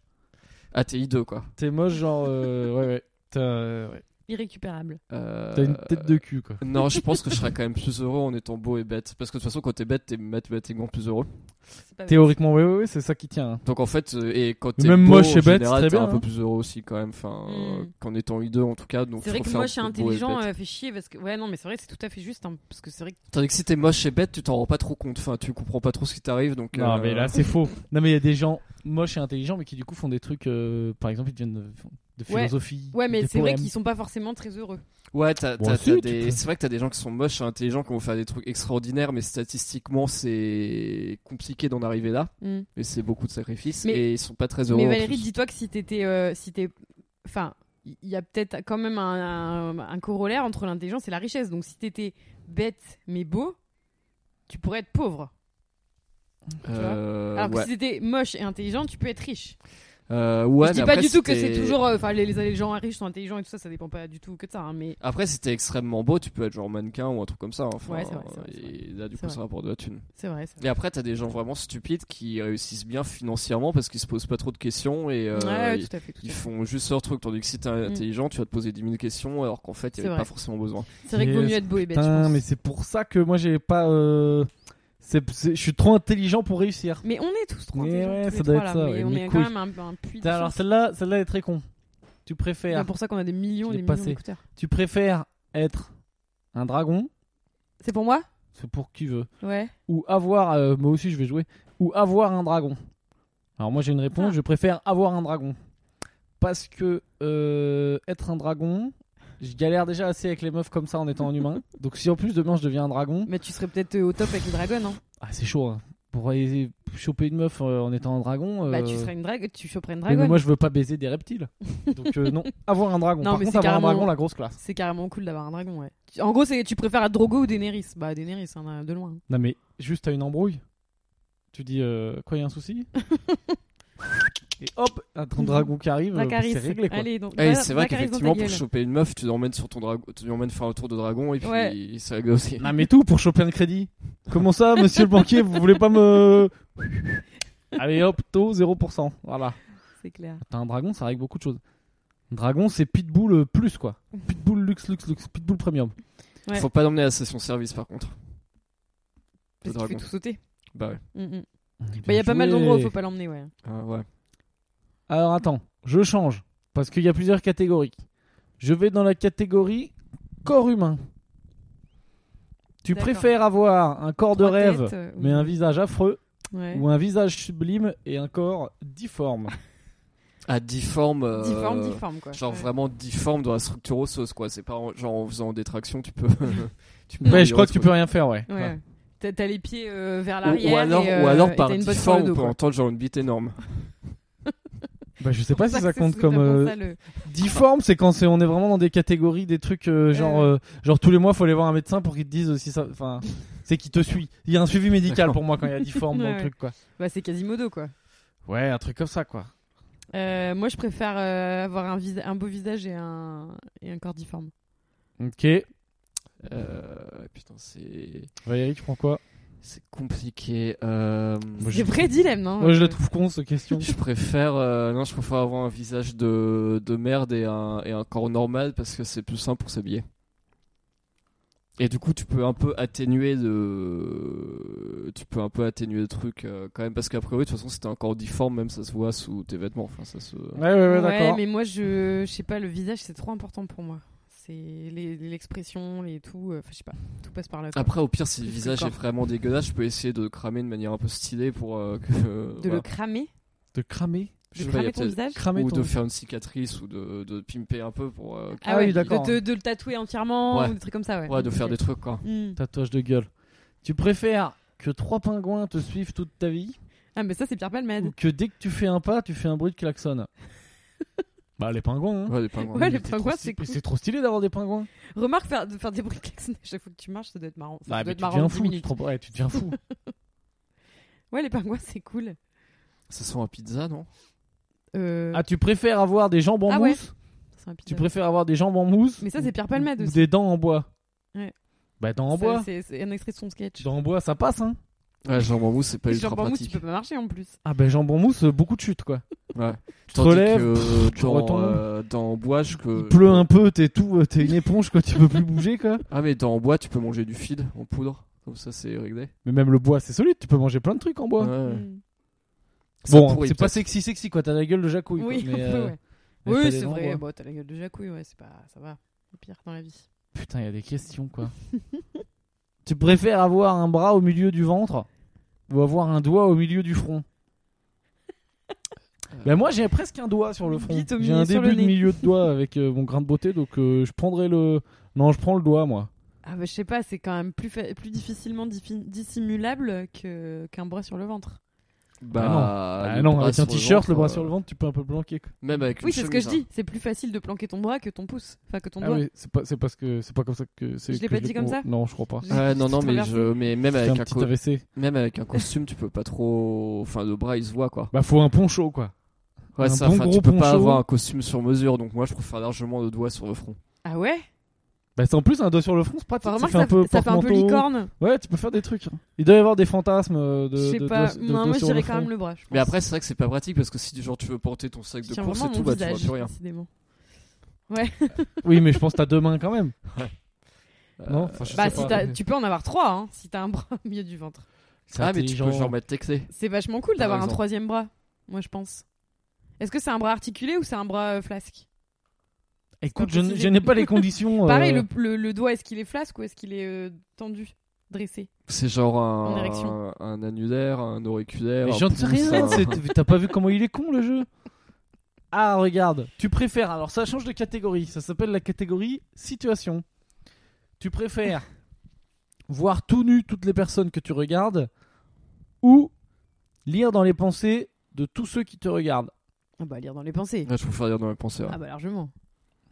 Speaker 3: Ah, t'es hideux, quoi.
Speaker 1: T'es moche, genre, euh, ouais, ouais. T'as euh, ouais.
Speaker 2: Irrécupérable.
Speaker 3: Euh,
Speaker 1: T'as une tête de cul, quoi.
Speaker 3: Non, je pense que je serais quand même plus heureux en étant beau et bête. Parce que de toute façon, quand t'es bête, t'es mathématiquement plus heureux.
Speaker 2: C'est pas
Speaker 1: Théoriquement, ouais, ouais, ouais, c'est ça qui tient. hein.
Speaker 3: Donc en fait, euh, et quand t'es
Speaker 1: Même
Speaker 3: beau,
Speaker 1: moche et
Speaker 3: en
Speaker 1: bête,
Speaker 3: général,
Speaker 1: c'est très
Speaker 3: t'es
Speaker 1: bien,
Speaker 3: un
Speaker 1: hein.
Speaker 3: peu plus heureux aussi quand même. Enfin, euh,
Speaker 2: Mm.
Speaker 3: qu'en étant hideux en tout cas. Donc
Speaker 2: C'est
Speaker 3: je
Speaker 2: vrai que
Speaker 3: préfère
Speaker 2: moi, je suis
Speaker 3: être beau et
Speaker 2: intelligent,
Speaker 3: bête.
Speaker 2: euh, fait chier parce que ouais non mais c'est vrai c'est tout à fait juste hein, parce que c'est vrai que
Speaker 3: Tandis que si t'es moche et bête, tu t'en rends pas trop compte. Enfin, tu comprends pas trop ce qui t'arrive. Donc
Speaker 1: Non,
Speaker 3: euh,
Speaker 1: mais là, c'est faux. Non, mais il y a des gens moches et intelligents, mais qui du coup font des trucs, euh, par exemple, ils deviennent de, de
Speaker 2: Ouais.
Speaker 1: philosophie.
Speaker 2: ouais mais
Speaker 1: des
Speaker 2: c'est vrai
Speaker 1: poèmes.
Speaker 2: qu'ils sont pas forcément très heureux.
Speaker 3: Ouais, t'as-
Speaker 1: Bon,
Speaker 3: t'as-
Speaker 1: si,
Speaker 3: t'as
Speaker 1: tu
Speaker 3: des...
Speaker 1: peux.
Speaker 3: c'est vrai que t'as des gens qui sont moches et intelligents qui vont faire des trucs extraordinaires, mais statistiquement, c'est compliqué d'en arriver là.
Speaker 2: Mm.
Speaker 3: Et c'est beaucoup de sacrifices.
Speaker 2: Mais-
Speaker 3: Et ils sont pas très heureux.
Speaker 2: Mais
Speaker 3: en
Speaker 2: Valérie,
Speaker 3: plus.
Speaker 2: dis-toi que si t'étais euh, si t'es enfin il y a peut-être quand même un, un- un corollaire entre l'intelligence et la richesse donc si t'étais bête mais beau tu pourrais être pauvre
Speaker 3: Euh,
Speaker 2: alors que
Speaker 3: ouais.
Speaker 2: si t'étais moche et intelligent tu peux être riche.
Speaker 3: Euh, ouais,
Speaker 2: je dis
Speaker 3: mais
Speaker 2: pas
Speaker 3: après,
Speaker 2: du tout que
Speaker 3: si
Speaker 2: c'est
Speaker 3: t'es-
Speaker 2: toujours euh, enfin les, les gens riches sont intelligents et tout ça ça dépend pas du tout que de ça hein, mais
Speaker 3: Après, si t'es extrêmement beau, tu peux être genre mannequin ou un truc comme ça. hein. Enfin,
Speaker 2: Ouais, c'est vrai, c'est vrai, c'est vrai.
Speaker 3: Et là, du
Speaker 2: C'est
Speaker 3: coup,
Speaker 2: vrai.
Speaker 3: ça rapporte de la thune.
Speaker 2: c'est vrai ça.
Speaker 3: Et après, t'as des gens vraiment stupides qui réussissent bien financièrement parce qu'ils se posent pas trop de questions et euh,
Speaker 2: ouais,
Speaker 3: ils,
Speaker 2: tout à fait. tout à
Speaker 3: ils
Speaker 2: fait. Mm.
Speaker 3: font juste leur truc. Tandis que si t'es intelligent, tu vas te poser 10 000 questions alors qu'en fait, il
Speaker 2: C'est
Speaker 3: y avait
Speaker 2: vrai.
Speaker 3: pas forcément besoin.
Speaker 2: C'est vrai qu'il vaut
Speaker 1: Yes,
Speaker 2: mieux être beau et bête. je
Speaker 1: Putain,
Speaker 2: pense.
Speaker 1: mais c'est pour ça que moi, j'ai pas. euh, c'est- c'est- Je suis trop intelligent pour réussir.
Speaker 2: Mais on est tous trois.
Speaker 1: Mais
Speaker 2: intelligents,
Speaker 1: ouais,
Speaker 2: tous
Speaker 1: ça
Speaker 2: les
Speaker 1: doit
Speaker 2: trois,
Speaker 1: être ça,
Speaker 2: là, Mais
Speaker 1: ouais,
Speaker 2: on
Speaker 1: mes
Speaker 2: est
Speaker 1: couilles.
Speaker 2: quand même un, un puits. de
Speaker 1: Putain, Alors,
Speaker 2: chance.
Speaker 1: celle-là, celle-là est très con. Tu
Speaker 2: C'est
Speaker 1: préfères.
Speaker 2: bien pour ça qu'on a des millions
Speaker 1: Je
Speaker 2: et
Speaker 1: l'ai
Speaker 2: des millions
Speaker 1: passé.
Speaker 2: d'écouteurs.
Speaker 1: Tu préfères être un dragon,
Speaker 2: C'est pour moi
Speaker 1: c'est pour qui veut,
Speaker 2: Ouais.
Speaker 1: ou avoir, euh, moi aussi je vais jouer, ou avoir un dragon. Alors moi j'ai une réponse,
Speaker 2: Ah.
Speaker 1: je préfère avoir un dragon. Parce que euh, être un dragon, je galère déjà assez avec les meufs comme ça en étant un humain. Donc si en plus demain je deviens un dragon,
Speaker 2: Mais tu serais peut-être euh, au top avec les dragons, hein
Speaker 1: ah, c'est chaud. hein. Pour aller choper une meuf euh, en étant un dragon,
Speaker 2: Bah,
Speaker 1: euh,
Speaker 2: tu serais une drague, tu choperais une
Speaker 1: mais
Speaker 2: dragon.
Speaker 1: moi je veux pas baiser des reptiles. Donc euh, non, avoir un dragon.
Speaker 2: Non,
Speaker 1: Par
Speaker 2: mais
Speaker 1: contre
Speaker 2: c'est
Speaker 1: avoir un
Speaker 2: carrément-
Speaker 1: dragon, la grosse classe.
Speaker 2: C'est carrément cool d'avoir un dragon, ouais. Tu- En gros, c'est tu préfères être Drogo ou Daenerys Bah, Daenerys, hein, de loin.
Speaker 1: Non mais juste à une embrouille. Tu dis euh, quoi, il y a un souci Et hop, un grand dragon qui arrive, euh,
Speaker 2: Dracarys.
Speaker 1: c'est réglé quoi.
Speaker 2: Allez, donc.
Speaker 3: Eh,
Speaker 2: Dra-
Speaker 3: c'est
Speaker 2: Dracarys dans
Speaker 3: vrai
Speaker 2: Bah, ta
Speaker 3: qu'effectivement, pour
Speaker 2: gueule.
Speaker 3: choper une meuf, tu l'emmènes sur ton dragon, tu l'emmènes faire un tour de dragon et puis
Speaker 2: Ouais.
Speaker 3: ça rigole aussi.
Speaker 1: Non mais tout pour choper un crédit. Comment ça, monsieur le banquier, vous voulez pas me Allez hop, taux 0%. Voilà.
Speaker 2: C'est clair.
Speaker 1: T'as un dragon, ça règle beaucoup de choses. Un dragon, c'est Pitbull euh, plus quoi. Pitbull luxe luxe luxe, Pitbull premium.
Speaker 2: Ouais.
Speaker 3: Faut pas l'emmener à la station service par contre. Le
Speaker 2: Parce qu'il fait
Speaker 3: dragon.
Speaker 2: tout sauter.
Speaker 3: Bah ouais.
Speaker 2: Mm, mm. Bah, il y a pas mal d'endroits où faut pas l'emmener, ouais.
Speaker 3: Ah, ouais.
Speaker 1: Alors attends, je change parce qu'il y a plusieurs catégories. Je vais dans la catégorie corps humain. Tu
Speaker 2: D'accord.
Speaker 1: préfères avoir un corps de
Speaker 2: Trois
Speaker 1: rêve,
Speaker 2: têtes, euh,
Speaker 1: mais un visage affreux,
Speaker 2: Ouais.
Speaker 1: ou un visage sublime et un corps difforme
Speaker 3: À difforme. euh,
Speaker 2: Difforme, difforme, quoi.
Speaker 3: Genre
Speaker 2: Ouais.
Speaker 3: vraiment difforme dans la structure osseuse quoi. C'est pas en- genre en faisant des tractions tu peux. tu peux
Speaker 1: Ouais, je
Speaker 3: améliorer
Speaker 1: crois que tu
Speaker 3: ton-
Speaker 1: peux rien faire, ouais.
Speaker 2: Ouais.
Speaker 1: Ouais.
Speaker 2: ouais. T'as t'as les pieds euh, vers
Speaker 3: Ou,
Speaker 2: l'arrière.
Speaker 3: ou alors,
Speaker 2: et, euh,
Speaker 3: ou alors
Speaker 2: et
Speaker 3: par
Speaker 2: t'as une botte sur
Speaker 3: difforme
Speaker 2: le dos,
Speaker 3: on peut
Speaker 2: quoi.
Speaker 3: entendre genre une bite énorme.
Speaker 1: Bah, je sais pas si
Speaker 2: C'est
Speaker 1: ça
Speaker 2: que
Speaker 1: compte
Speaker 2: c'est
Speaker 1: comme
Speaker 2: sous-entend
Speaker 1: euh,
Speaker 2: ça, le-
Speaker 1: difforme, c'est quand c'est on est vraiment dans des catégories des trucs euh, genre
Speaker 2: Ouais,
Speaker 1: euh, genre tous les mois faut aller voir un médecin pour qu'il te dise si ça enfin c'est qu'il te suit. Il y a un suivi médical
Speaker 3: D'accord.
Speaker 1: pour moi quand il y a difforme dans
Speaker 2: Ouais,
Speaker 1: le
Speaker 2: ouais.
Speaker 1: truc quoi.
Speaker 2: Bah, c'est Quasimodo, quoi.
Speaker 1: Ouais, un truc comme ça quoi.
Speaker 2: Euh, moi, je préfère euh, avoir un, visa- un beau visage et un, et un corps difforme.
Speaker 1: OK.
Speaker 3: Euh, putain c'est
Speaker 1: Valérie, tu prends quoi
Speaker 3: c'est compliqué. Euh,
Speaker 1: Moi,
Speaker 2: C'est
Speaker 1: je-
Speaker 2: vrai dilemme, non
Speaker 1: Moi, je
Speaker 2: Euh,
Speaker 1: la trouve con, cette question.
Speaker 3: Je préfère euh, non je préfère avoir un visage de, de merde et un, et un corps normal parce que c'est plus simple pour s'habiller. Et du coup, tu peux un peu atténuer de, tu peux un peu atténuer le truc euh, quand même parce qu'après priori de toute façon, si t'es un corps difforme, même ça se voit sous tes vêtements. Enfin, ça se.
Speaker 1: Ouais, ouais, ouais,
Speaker 2: Ouais,
Speaker 1: d'accord.
Speaker 2: mais moi, je, je sais pas, le visage, c'est trop important pour moi. C'est les- l'expression, les tout. euh, Enfin, je sais pas, tout passe par là. quoi.
Speaker 3: Après, au pire, si le
Speaker 2: Plus que
Speaker 3: visage
Speaker 2: corps.
Speaker 3: est vraiment dégueulasse, je peux essayer de le cramer de manière un peu stylée pour euh, que.
Speaker 2: de
Speaker 3: voilà.
Speaker 2: le cramer,
Speaker 1: De cramer.
Speaker 3: Je
Speaker 2: de
Speaker 3: sais pas, il
Speaker 2: cramer
Speaker 3: y a
Speaker 2: ton
Speaker 3: peut-être-
Speaker 2: visage.
Speaker 1: Cramer
Speaker 3: Ou
Speaker 1: ton...
Speaker 3: de faire une cicatrice ou de, de pimper un peu pour. euh,
Speaker 1: Ah oui, d'accord.
Speaker 2: De, de- de le tatouer entièrement,
Speaker 3: Ouais.
Speaker 2: ou des trucs comme ça, ouais.
Speaker 3: ouais, de faire des trucs quoi.
Speaker 2: Hmm.
Speaker 1: Tatouage de gueule. Tu préfères que trois pingouins te suivent toute ta vie
Speaker 2: Ah, mais ça, c'est Pierre Palmade.
Speaker 1: ou que dès que tu fais un pas, tu fais un bruit de klaxon Bah, les pingouins. hein.
Speaker 3: Ouais, les pingouins.
Speaker 2: Ouais, les
Speaker 1: C'est
Speaker 2: pingouins,
Speaker 1: trop
Speaker 2: c'est
Speaker 1: stylé-
Speaker 2: cool.
Speaker 1: C'est trop stylé d'avoir des pingouins.
Speaker 2: Remarque, faire, de faire des bruits de klaxon à chaque fois que tu marches, ça doit être marrant. Enfin, ça
Speaker 1: Bah,
Speaker 2: doit
Speaker 1: mais
Speaker 2: être
Speaker 1: tu
Speaker 2: marrant en
Speaker 1: deviens
Speaker 2: 10
Speaker 1: fou. Tu,
Speaker 2: minutes.
Speaker 1: te rends- ouais, tu deviens fou.
Speaker 2: Ouais, les pingouins, c'est cool.
Speaker 3: Ça sent la pizza, non
Speaker 2: Euh,
Speaker 1: ah, tu préfères avoir des jambes en
Speaker 2: Ah ouais.
Speaker 1: mousse
Speaker 2: c'est un
Speaker 1: Tu
Speaker 2: pizza.
Speaker 1: préfères avoir des jambes en mousse
Speaker 2: Mais ça, c'est Pierre
Speaker 1: ou-
Speaker 2: Palmade
Speaker 1: ou
Speaker 2: aussi.
Speaker 1: des dents en bois
Speaker 2: Ouais.
Speaker 1: Bah, dents en
Speaker 2: Ça,
Speaker 1: bois.
Speaker 2: C'est c'est un extrait de son sketch.
Speaker 1: Dents en bois, ça passe, hein.
Speaker 3: Ouais, jambon mousse, c'est pas
Speaker 2: Les
Speaker 3: ultra
Speaker 2: jambes en mousse, tu
Speaker 3: pratique.
Speaker 2: peux pas marcher en plus.
Speaker 1: Ah, bah, jambes en mousse, euh, beaucoup de chutes, quoi.
Speaker 3: Ouais.
Speaker 1: Tu te
Speaker 3: Tandis
Speaker 1: relèves,
Speaker 3: que, euh,
Speaker 1: pff, tu
Speaker 3: dans,
Speaker 1: retombes.
Speaker 3: euh, dans bois, je que.
Speaker 1: Il pleut un peu, t'es tout, euh, t'es une éponge, quoi. Tu peux plus bouger, quoi.
Speaker 3: Ah, mais dans bois, tu peux manger du fil en poudre. Comme ça, c'est réglé.
Speaker 1: Mais même le bois, c'est solide. Tu peux manger plein de trucs en bois.
Speaker 3: Ouais.
Speaker 2: Mm.
Speaker 3: Ça
Speaker 1: Hmm. Bon,
Speaker 3: pourrit
Speaker 1: c'est pas
Speaker 3: peut-être.
Speaker 1: sexy, sexy, quoi. T'as la gueule de jacouille. quoi,
Speaker 2: Oui, un
Speaker 1: mais,
Speaker 2: peu,
Speaker 1: euh,
Speaker 2: ouais.
Speaker 1: mais
Speaker 2: Oui,
Speaker 1: t'as
Speaker 2: c'est
Speaker 1: des dents en
Speaker 2: vrai.
Speaker 1: bois.
Speaker 2: Bon, t'as la gueule de Jacouille, ouais, c'est pas, ça va. Le pire dans la vie.
Speaker 1: Putain, il y a des questions quoi. tu préfères avoir un bras au milieu du ventre ou avoir un doigt au milieu du front Ben moi j'ai presque un doigt sur le front.
Speaker 2: Bite Euh. au
Speaker 1: J'ai un
Speaker 2: milieu, sur
Speaker 1: début
Speaker 2: le
Speaker 1: de
Speaker 2: nez.
Speaker 1: milieu de doigt avec euh, mon grain de beauté donc euh, je prendrai le non je prends le doigt moi.
Speaker 2: Ah, bah, je sais pas, c'est quand même plus, fa- plus difficilement diffi- dissimulable que- qu'un bras sur le ventre.
Speaker 3: Bah,
Speaker 1: Ah
Speaker 3: le
Speaker 1: non
Speaker 3: bras
Speaker 1: avec un
Speaker 3: sur le
Speaker 1: t-shirt le
Speaker 3: ventre,
Speaker 1: bras
Speaker 3: euh,
Speaker 1: sur le ventre tu peux un peu planquer. quoi.
Speaker 3: Même avec
Speaker 2: Oui,
Speaker 3: une
Speaker 2: c'est ce que je
Speaker 3: chemise, hein.
Speaker 2: dis. C'est plus facile de planquer ton bras que ton pouce. Enfin, que ton
Speaker 1: Ah
Speaker 2: doigt.
Speaker 1: oui c'est pas c'est parce que c'est pas comme ça que c'est.
Speaker 2: Je l'ai
Speaker 1: que
Speaker 2: pas dit comme ça
Speaker 1: Non je crois pas.
Speaker 2: J'ai-
Speaker 3: hein. Ouais, non, non,
Speaker 2: Tout
Speaker 3: mais,
Speaker 2: traversé.
Speaker 3: je, mais même,
Speaker 1: Fais un
Speaker 3: avec un
Speaker 1: petit
Speaker 3: co-
Speaker 1: AVC.
Speaker 3: même avec un costume, tu peux pas trop. Enfin, le bras, il se voit quoi.
Speaker 1: Bah faut un poncho quoi.
Speaker 3: Ouais,
Speaker 1: Un
Speaker 3: ça,
Speaker 1: bon
Speaker 3: enfin,
Speaker 1: gros
Speaker 3: tu peux pas
Speaker 1: poncho.
Speaker 3: avoir un costume sur mesure, donc moi je préfère largement le doigt sur le front.
Speaker 2: Ah ouais
Speaker 1: Bah c'est en plus un doigt sur le front c'est pratique. ça
Speaker 2: Enfin, remarque,
Speaker 1: fait un
Speaker 2: ça,
Speaker 1: peu
Speaker 2: ça fait un peu
Speaker 1: porte-manteau.
Speaker 2: licorne.
Speaker 1: Ouais tu peux faire des trucs. hein. Il doit y avoir des fantasmes euh, de.
Speaker 2: Je sais
Speaker 1: de
Speaker 2: pas.
Speaker 1: doigts- de
Speaker 2: Non,
Speaker 1: doigts
Speaker 2: moi, je
Speaker 1: sur le
Speaker 2: dirais quand
Speaker 1: front.
Speaker 2: même le bras. je
Speaker 3: Mais
Speaker 2: pense.
Speaker 3: après, c'est vrai que c'est pas pratique parce que si genre tu veux porter ton sac
Speaker 2: Je
Speaker 3: de
Speaker 2: tiens
Speaker 3: course
Speaker 2: vraiment
Speaker 3: et
Speaker 2: mon
Speaker 3: tout, bah tu vois
Speaker 2: visage,
Speaker 3: plus rien.
Speaker 2: décidément.
Speaker 1: Oui, mais je pense que t'as deux mains quand même. Non,
Speaker 3: Euh,
Speaker 1: enfin, je
Speaker 2: Bah,
Speaker 1: sais
Speaker 2: si
Speaker 1: pas.
Speaker 2: t'as- tu peux en avoir trois, hein, si t'as un bras au milieu du ventre.
Speaker 1: C'est
Speaker 3: Ah, mais tu
Speaker 1: intelligent.
Speaker 3: peux genre mettre tes clés.
Speaker 2: C'est vachement cool
Speaker 3: T'as
Speaker 2: d'avoir un
Speaker 3: raison.
Speaker 2: troisième bras, moi je pense. Est-ce que c'est un bras articulé ou c'est un bras euh, flasque
Speaker 1: Écoute,
Speaker 2: pas
Speaker 1: je, n-
Speaker 2: précisé.
Speaker 1: je n'ai pas les conditions. euh,
Speaker 2: Pareil, le, le- le doigt, est-ce qu'il est flasque ou est-ce qu'il est euh, tendu, dressé
Speaker 3: C'est genre
Speaker 2: En
Speaker 3: un,
Speaker 2: érection.
Speaker 3: un, annulaire, un auriculaire.
Speaker 1: mais
Speaker 3: un
Speaker 1: J'en sais
Speaker 3: pouce,
Speaker 1: rien.
Speaker 3: un-
Speaker 1: c'est- T'as pas vu comment il est con le jeu Ah, regarde. Tu préfères. Alors, ça change de catégorie. Ça s'appelle la catégorie situation. Tu préfères voir tout nu toutes les personnes que tu regardes ou lire dans les pensées de tous ceux qui te regardent
Speaker 2: Ah bah lire dans les pensées.
Speaker 3: Ouais, je préfère lire dans mes pensées. ouais.
Speaker 2: Ah bah largement.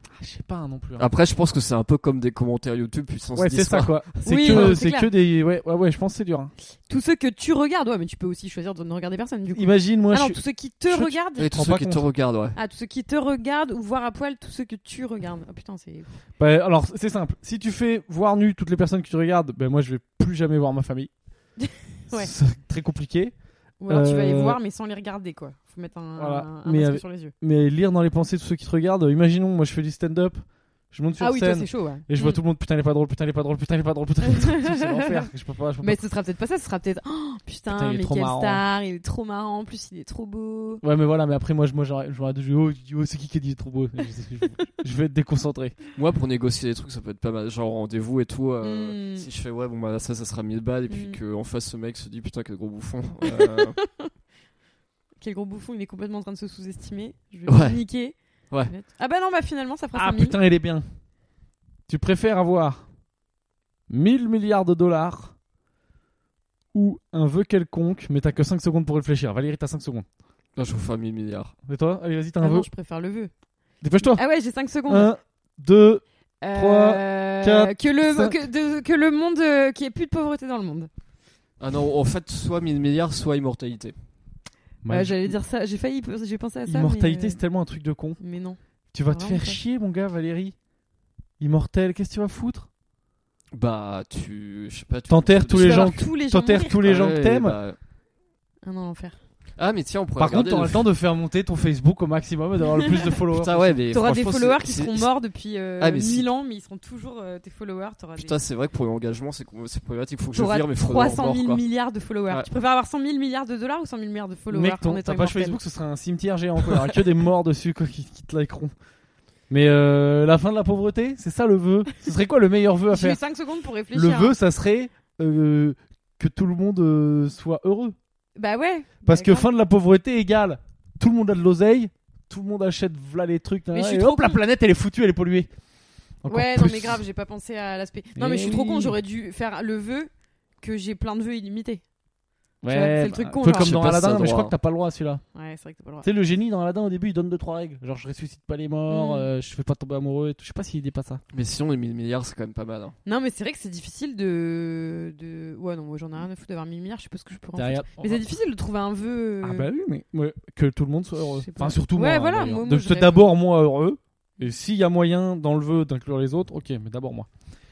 Speaker 1: Ah, Je sais pas non plus. hein.
Speaker 3: Après, je pense que c'est un peu comme des commentaires YouTube puissance
Speaker 1: ouais,
Speaker 3: 10,
Speaker 1: c'est ça
Speaker 3: quoi.
Speaker 1: quoi. C'est
Speaker 2: Oui, non,
Speaker 1: que,
Speaker 2: c'est
Speaker 1: c'est
Speaker 2: clair.
Speaker 1: que des. Ouais, ouais, ouais, je pense que c'est dur. hein.
Speaker 2: Tous ceux que tu regardes, ouais, mais tu peux aussi choisir de ne regarder personne du coup.
Speaker 1: Imagine, moi
Speaker 2: ah
Speaker 1: je
Speaker 2: non,
Speaker 1: suis-
Speaker 2: tous ceux qui te
Speaker 1: je-
Speaker 2: regardent
Speaker 3: Et tous
Speaker 1: Prends
Speaker 3: ceux
Speaker 1: pas
Speaker 3: qui te
Speaker 1: compte.
Speaker 3: regardent, ouais.
Speaker 2: Ah, tous ceux qui te regardent ou voir à poil tous ceux que tu regardes. Ah putain, c'est.
Speaker 1: Bah, alors, c'est simple. Si tu fais voir nu toutes les personnes que tu regardes, ben moi, je vais plus jamais voir ma famille.
Speaker 2: Ouais.
Speaker 1: C'est très compliqué.
Speaker 2: Ou alors tu vas les
Speaker 1: Euh,
Speaker 2: voir mais sans les regarder quoi. Faut mettre un,
Speaker 1: Voilà.
Speaker 2: un- un
Speaker 1: Mais euh,
Speaker 2: masque
Speaker 1: avec-
Speaker 2: sur les yeux.
Speaker 1: Mais lire dans les pensées de ceux qui te regardent, euh, imaginons, moi, je fais du stand-up, je monte sur
Speaker 2: Ah oui, toi
Speaker 1: scène
Speaker 2: c'est chaud, ouais.
Speaker 1: et je vois
Speaker 2: Mm.
Speaker 1: tout le monde, putain, il est pas drôle, putain, il est pas drôle, putain, il est pas drôle, putain, il est pas drôle. c'est l'enfer. Je peux pas, je peux
Speaker 2: Mais ce sera peut-être pas ça, ce sera peut-être oh, putain,
Speaker 1: Putain, il est
Speaker 2: mais
Speaker 1: trop
Speaker 2: quel
Speaker 1: marrant.
Speaker 2: star, il est trop marrant, en plus il est trop beau.
Speaker 1: pas. Ouais, mais voilà, mais après, moi, je- moi j'aurais j'aurais dit, oh, je dis, oh, c'est qui qui a dit trop beau Je- je- Je vais être déconcentré.
Speaker 3: Moi, pour négocier des trucs, ça peut être pas mal. Genre rendez-vous et tout. euh,
Speaker 2: Mm.
Speaker 3: Si je fais, ouais, bon, bah là, ça, ça sera 1000 balles. Et puis
Speaker 2: Mm.
Speaker 3: qu'en face, ce mec se dit, putain, quel gros bouffon. Euh,
Speaker 2: Quel gros bouffon, il est complètement en train de se sous-estimer. Je vais
Speaker 3: Ouais.
Speaker 2: le niquer.
Speaker 3: Ouais.
Speaker 2: Ah bah non, bah finalement ça fera
Speaker 1: Ah
Speaker 2: 5000.
Speaker 1: putain, il est bien. Tu préfères avoir 1000 milliards de dollars ou un vœu quelconque, mais t'as que 5 secondes pour réfléchir. Valérie, t'as 5 secondes.
Speaker 3: là, je vous fais 1000 milliards.
Speaker 1: Et toi Allez, vas-y, t'as
Speaker 2: Ah
Speaker 1: un
Speaker 2: non,
Speaker 1: vœu.
Speaker 2: je préfère le vœu.
Speaker 1: Dépêche-toi.
Speaker 2: Ah ouais, j'ai 5 secondes.
Speaker 1: 1, 2,
Speaker 2: Euh,
Speaker 1: quatre,
Speaker 2: que, le,
Speaker 1: cinq.
Speaker 2: que, de- que le monde, euh, qu'il n'y ait plus de pauvreté dans le monde.
Speaker 3: Ah non, en fait, soit 1000 milliards, soit immortalité.
Speaker 2: Euh, J'allais dire ça, j'ai failli, j'ai pensé à ça.
Speaker 1: Immortalité,
Speaker 2: mais, euh,
Speaker 1: c'est tellement un truc de con.
Speaker 2: mais non.
Speaker 1: Tu vas te
Speaker 2: Vraiment
Speaker 1: faire
Speaker 2: pas.
Speaker 1: chier, mon gars, Valérie. Immortel, qu'est-ce que tu vas foutre
Speaker 3: Bah, tu. Je sais pas. tu-
Speaker 1: T'enterres tous
Speaker 2: Tu
Speaker 1: les
Speaker 2: vas
Speaker 1: gens
Speaker 2: voir
Speaker 1: que-
Speaker 2: tous les gens
Speaker 1: T'enterres
Speaker 2: mourir.
Speaker 1: tous les gens
Speaker 3: Ouais,
Speaker 1: que t'aimes.
Speaker 3: bah.
Speaker 2: Ah non, l'enfer.
Speaker 3: Ah, mais tiens, on pourrait
Speaker 1: Par contre,
Speaker 3: regarder.
Speaker 1: t'auras le temps de faire monter ton Facebook au maximum et d'avoir le plus de followers.
Speaker 3: Putain, ouais, mais.
Speaker 2: T'auras des
Speaker 3: franchement,
Speaker 2: followers
Speaker 3: c'est-
Speaker 2: qui
Speaker 3: c'est-
Speaker 2: seront morts depuis euh,
Speaker 3: Ah, mais
Speaker 2: 1000
Speaker 3: si-
Speaker 2: ans, mais ils seront toujours euh, tes followers. T'auras des...
Speaker 3: Putain, c'est vrai que pour l'engagement, c'est com- c'est problématique. Faut que je
Speaker 2: T'auras
Speaker 3: vire mes followers
Speaker 2: 300
Speaker 3: morts,
Speaker 2: 000
Speaker 3: quoi.
Speaker 2: milliards de followers.
Speaker 3: Ouais.
Speaker 2: Tu préfères avoir 100 000 milliards de dollars ou 100 000 milliards de followers
Speaker 1: Mec, ton,
Speaker 2: en étant
Speaker 1: ta page
Speaker 2: immortel
Speaker 1: Facebook, ce serait un cimetière géant. quoi. Il y aura que des morts dessus quoi, qui, qui te likeront. Mais euh, la fin de la pauvreté, c'est ça le vœu. Ce serait quoi le meilleur vœu à
Speaker 2: J'ai eu
Speaker 1: faire
Speaker 2: 5 secondes pour réfléchir.
Speaker 1: Le
Speaker 2: hein.
Speaker 1: vœu, ça serait euh, que tout le monde euh, soit heureux.
Speaker 2: Bah ouais.
Speaker 1: Parce
Speaker 2: Bah,
Speaker 1: que
Speaker 2: grave.
Speaker 1: fin de la pauvreté égale tout le monde a de l'oseille, tout le monde achète voilà les trucs,
Speaker 2: Mais je suis
Speaker 1: et
Speaker 2: trop
Speaker 1: hop, la
Speaker 2: con.
Speaker 1: planète elle est foutue, elle est polluée. Encore
Speaker 2: Ouais,
Speaker 1: plus.
Speaker 2: non mais grave, j'ai pas pensé à l'aspect. Non mais
Speaker 1: Eh
Speaker 2: je suis trop con,
Speaker 1: oui.
Speaker 2: j'aurais dû faire le vœu que j'ai plein de vœux illimités. vois, c'est le truc con,
Speaker 1: bah,
Speaker 2: hein. Ah.
Speaker 1: peu comme
Speaker 2: genre.
Speaker 3: Je sais
Speaker 1: dans
Speaker 3: pas si
Speaker 1: Aladdin, mais
Speaker 3: t'as
Speaker 1: je
Speaker 3: droit.
Speaker 1: crois que t'as pas le droit à celui-là.
Speaker 2: Ouais, c'est vrai que t'as pas le droit.
Speaker 1: Tu sais, le génie dans Aladdin, au début, il donne 2-3 règles. Genre, je ressuscite pas les morts,
Speaker 2: Mm.
Speaker 1: euh, je fais pas tomber amoureux et tout. Je sais pas s'il dit pas ça.
Speaker 3: Mais sinon, les 1000 milliards, c'est quand même pas mal. hein.
Speaker 2: Non, mais c'est vrai que c'est difficile de. de... Ouais, non, moi j'en ai rien à foutre d'avoir 1000 milliards, je sais pas ce que je peux en faire.
Speaker 1: Derrière-
Speaker 2: Mais c'est difficile de trouver un vœu. euh,
Speaker 1: Ah bah oui, mais ouais, que tout le monde soit heureux.
Speaker 2: Je sais pas.
Speaker 1: Enfin, surtout
Speaker 2: Ouais,
Speaker 1: moi. hein,
Speaker 2: voilà,
Speaker 1: d'ailleurs.
Speaker 2: moi- moi,
Speaker 1: De-
Speaker 2: je rêve.
Speaker 1: D'abord moi heureux. Et s'il y a moyen dans le vœu d'inclure les autres, ok, mais d'abord moi.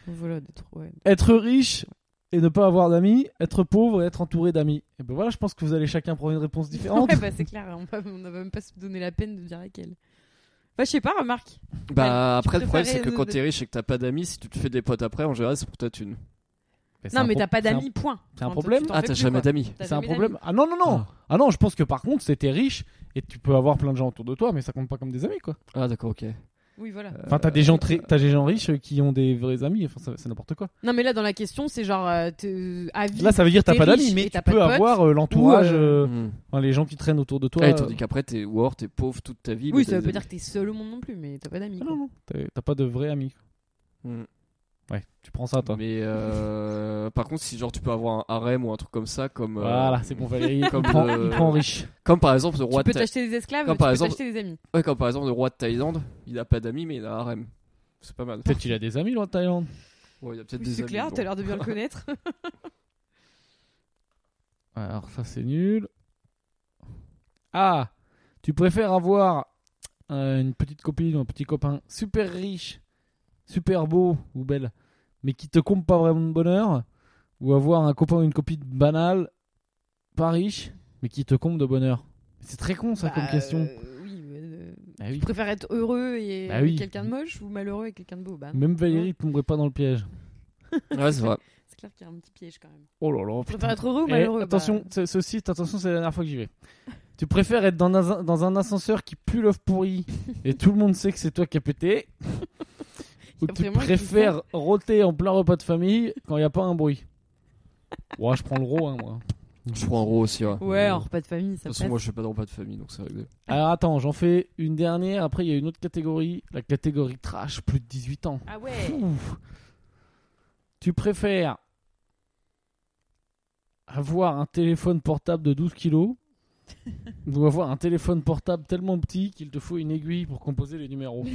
Speaker 2: euh, Voilà, de trop- ouais.
Speaker 1: Être riche et ne pas avoir d'amis, être pauvre et être entouré d'amis. Et ben voilà, je pense que vous allez chacun prendre une réponse différente.
Speaker 2: Ouais, bah c'est clair, on va- on va même pas se donner la peine de dire laquelle. Bah, je sais pas, remarque.
Speaker 3: Bah,
Speaker 2: tu
Speaker 3: après, le problème, c'est
Speaker 2: préférais
Speaker 3: que
Speaker 2: le-
Speaker 3: quand t'es riche et que t'as pas d'amis, si tu te fais des potes après, en général, c'est pour ta thune.
Speaker 1: Mais c'est
Speaker 2: Non,
Speaker 1: un
Speaker 2: mais
Speaker 1: pro-
Speaker 2: t'as pas
Speaker 1: c'est un-
Speaker 2: d'amis, point.
Speaker 1: c'est un
Speaker 2: Enfin, tu-
Speaker 1: problème.
Speaker 2: tu t'en
Speaker 3: Ah,
Speaker 2: fais
Speaker 3: t'as
Speaker 2: plus,
Speaker 3: jamais
Speaker 2: quoi.
Speaker 3: d'amis.
Speaker 2: T'as
Speaker 1: C'est un
Speaker 2: jamais
Speaker 1: problème. Ah non, non, non. Ah non, je pense que par contre, c'était riche et tu peux avoir plein de gens autour de toi, mais ça compte pas comme des amis quoi.
Speaker 3: Ah, d'accord, ok.
Speaker 1: Euh,
Speaker 2: d'amis. Oui, voilà.
Speaker 1: Enfin, t'as des gens très,
Speaker 2: euh,
Speaker 1: t'as des gens riches qui ont des vrais amis. Enfin, ça- c'est n'importe quoi.
Speaker 2: Non, mais là, dans la question, c'est genre. euh, t'es- à vie.
Speaker 1: Là, ça veut dire que t'as
Speaker 2: T'es
Speaker 1: pas
Speaker 2: riche
Speaker 1: d'amis,
Speaker 2: et
Speaker 1: mais tu
Speaker 2: t'as pas de
Speaker 1: peux
Speaker 2: potes.
Speaker 1: avoir euh, l'entourage,
Speaker 2: Ou, euh,
Speaker 1: euh,
Speaker 3: Hmm.
Speaker 1: enfin, les gens qui traînent autour de toi.
Speaker 3: Ouais,
Speaker 1: euh,
Speaker 3: tandis qu'après, t'es ou alors t'es pauvre toute ta vie. mais
Speaker 2: Oui,
Speaker 3: t'as
Speaker 2: ça veut
Speaker 3: des
Speaker 2: pas dire
Speaker 3: amis.
Speaker 2: que t'es seul au monde non plus, mais t'as pas d'amis.
Speaker 1: Ah
Speaker 2: quoi.
Speaker 1: non, non, t'as t'as pas de vrais amis.
Speaker 3: Hmm.
Speaker 1: Ouais, tu prends ça, Ah, toi.
Speaker 3: Mais euh, par contre, si genre tu peux avoir un harem ou un truc comme ça, comme euh,
Speaker 1: Voilà, c'est bon, Valérie.
Speaker 3: comme,
Speaker 1: il, prend,
Speaker 3: euh,
Speaker 1: il prend riche.
Speaker 3: comme par exemple le roi
Speaker 2: Tu
Speaker 3: de
Speaker 2: peux
Speaker 3: Tha-
Speaker 2: t'acheter des esclaves,
Speaker 3: Comme
Speaker 2: tu
Speaker 3: par
Speaker 2: peux
Speaker 3: exemple-
Speaker 2: t'acheter des amis.
Speaker 3: ouais, comme par exemple le roi de Thaïlande, il a pas d'amis mais il a un harem. C'est pas mal.
Speaker 1: Peut-être qu'il a des amis, loin de Thaïlande.
Speaker 3: Ouais, il a peut-être
Speaker 2: Oui,
Speaker 3: des
Speaker 2: c'est
Speaker 3: amis,
Speaker 2: clair,
Speaker 3: bon.
Speaker 2: t'as l'air de bien le connaître.
Speaker 1: Alors, ça, c'est nul. Ah, tu préfères avoir euh, une petite copine ou un petit copain super riche, super beau ou belle, mais qui te compte pas vraiment de bonheur, ou avoir un copain ou une copine banale, pas riche, mais qui te compte de bonheur C'est très con, ça, comme
Speaker 2: Bah,
Speaker 1: question.
Speaker 2: euh, oui, mais, euh,
Speaker 1: Ah oui.
Speaker 2: tu préfères être heureux et
Speaker 1: Bah
Speaker 2: avec
Speaker 1: oui.
Speaker 2: quelqu'un de moche ou malheureux avec quelqu'un de beau Bah non,
Speaker 1: Même Valérie tomberait pas dans le piège.
Speaker 3: Ouais, c'est vrai.
Speaker 2: c'est clair qu'il y a un petit piège quand même.
Speaker 1: Oh là là,
Speaker 2: Tu
Speaker 1: putain.
Speaker 2: préfères être heureux ou
Speaker 1: Eh,
Speaker 2: malheureux Bah,
Speaker 1: attention, ce, ce site, attention, c'est la dernière fois que j'y vais. Tu préfères être dans un, dans un ascenseur qui pue l'œuf pourri et tout le monde sait que c'est toi qui as pété Ou
Speaker 2: Y a
Speaker 1: tu
Speaker 2: vraiment qui
Speaker 1: préfères rôter en plein repas de famille quand il n'y a pas un bruit Ouais, je prends le rot, hein, moi.
Speaker 3: Je prends en gros aussi. Ouais.
Speaker 2: Ouais,
Speaker 3: De
Speaker 2: un repas de famille, ça
Speaker 3: toute
Speaker 2: passe.
Speaker 3: façon, moi je fais pas de repas de famille donc c'est réglé.
Speaker 1: Alors attends, j'en fais une dernière. Après, il y a une autre catégorie, la catégorie trash, plus de 18 ans.
Speaker 2: Ah ouais
Speaker 1: Ouf. Tu préfères avoir un téléphone portable de 12 kilos ou avoir un téléphone portable tellement petit qu'il te faut une aiguille pour composer les numéros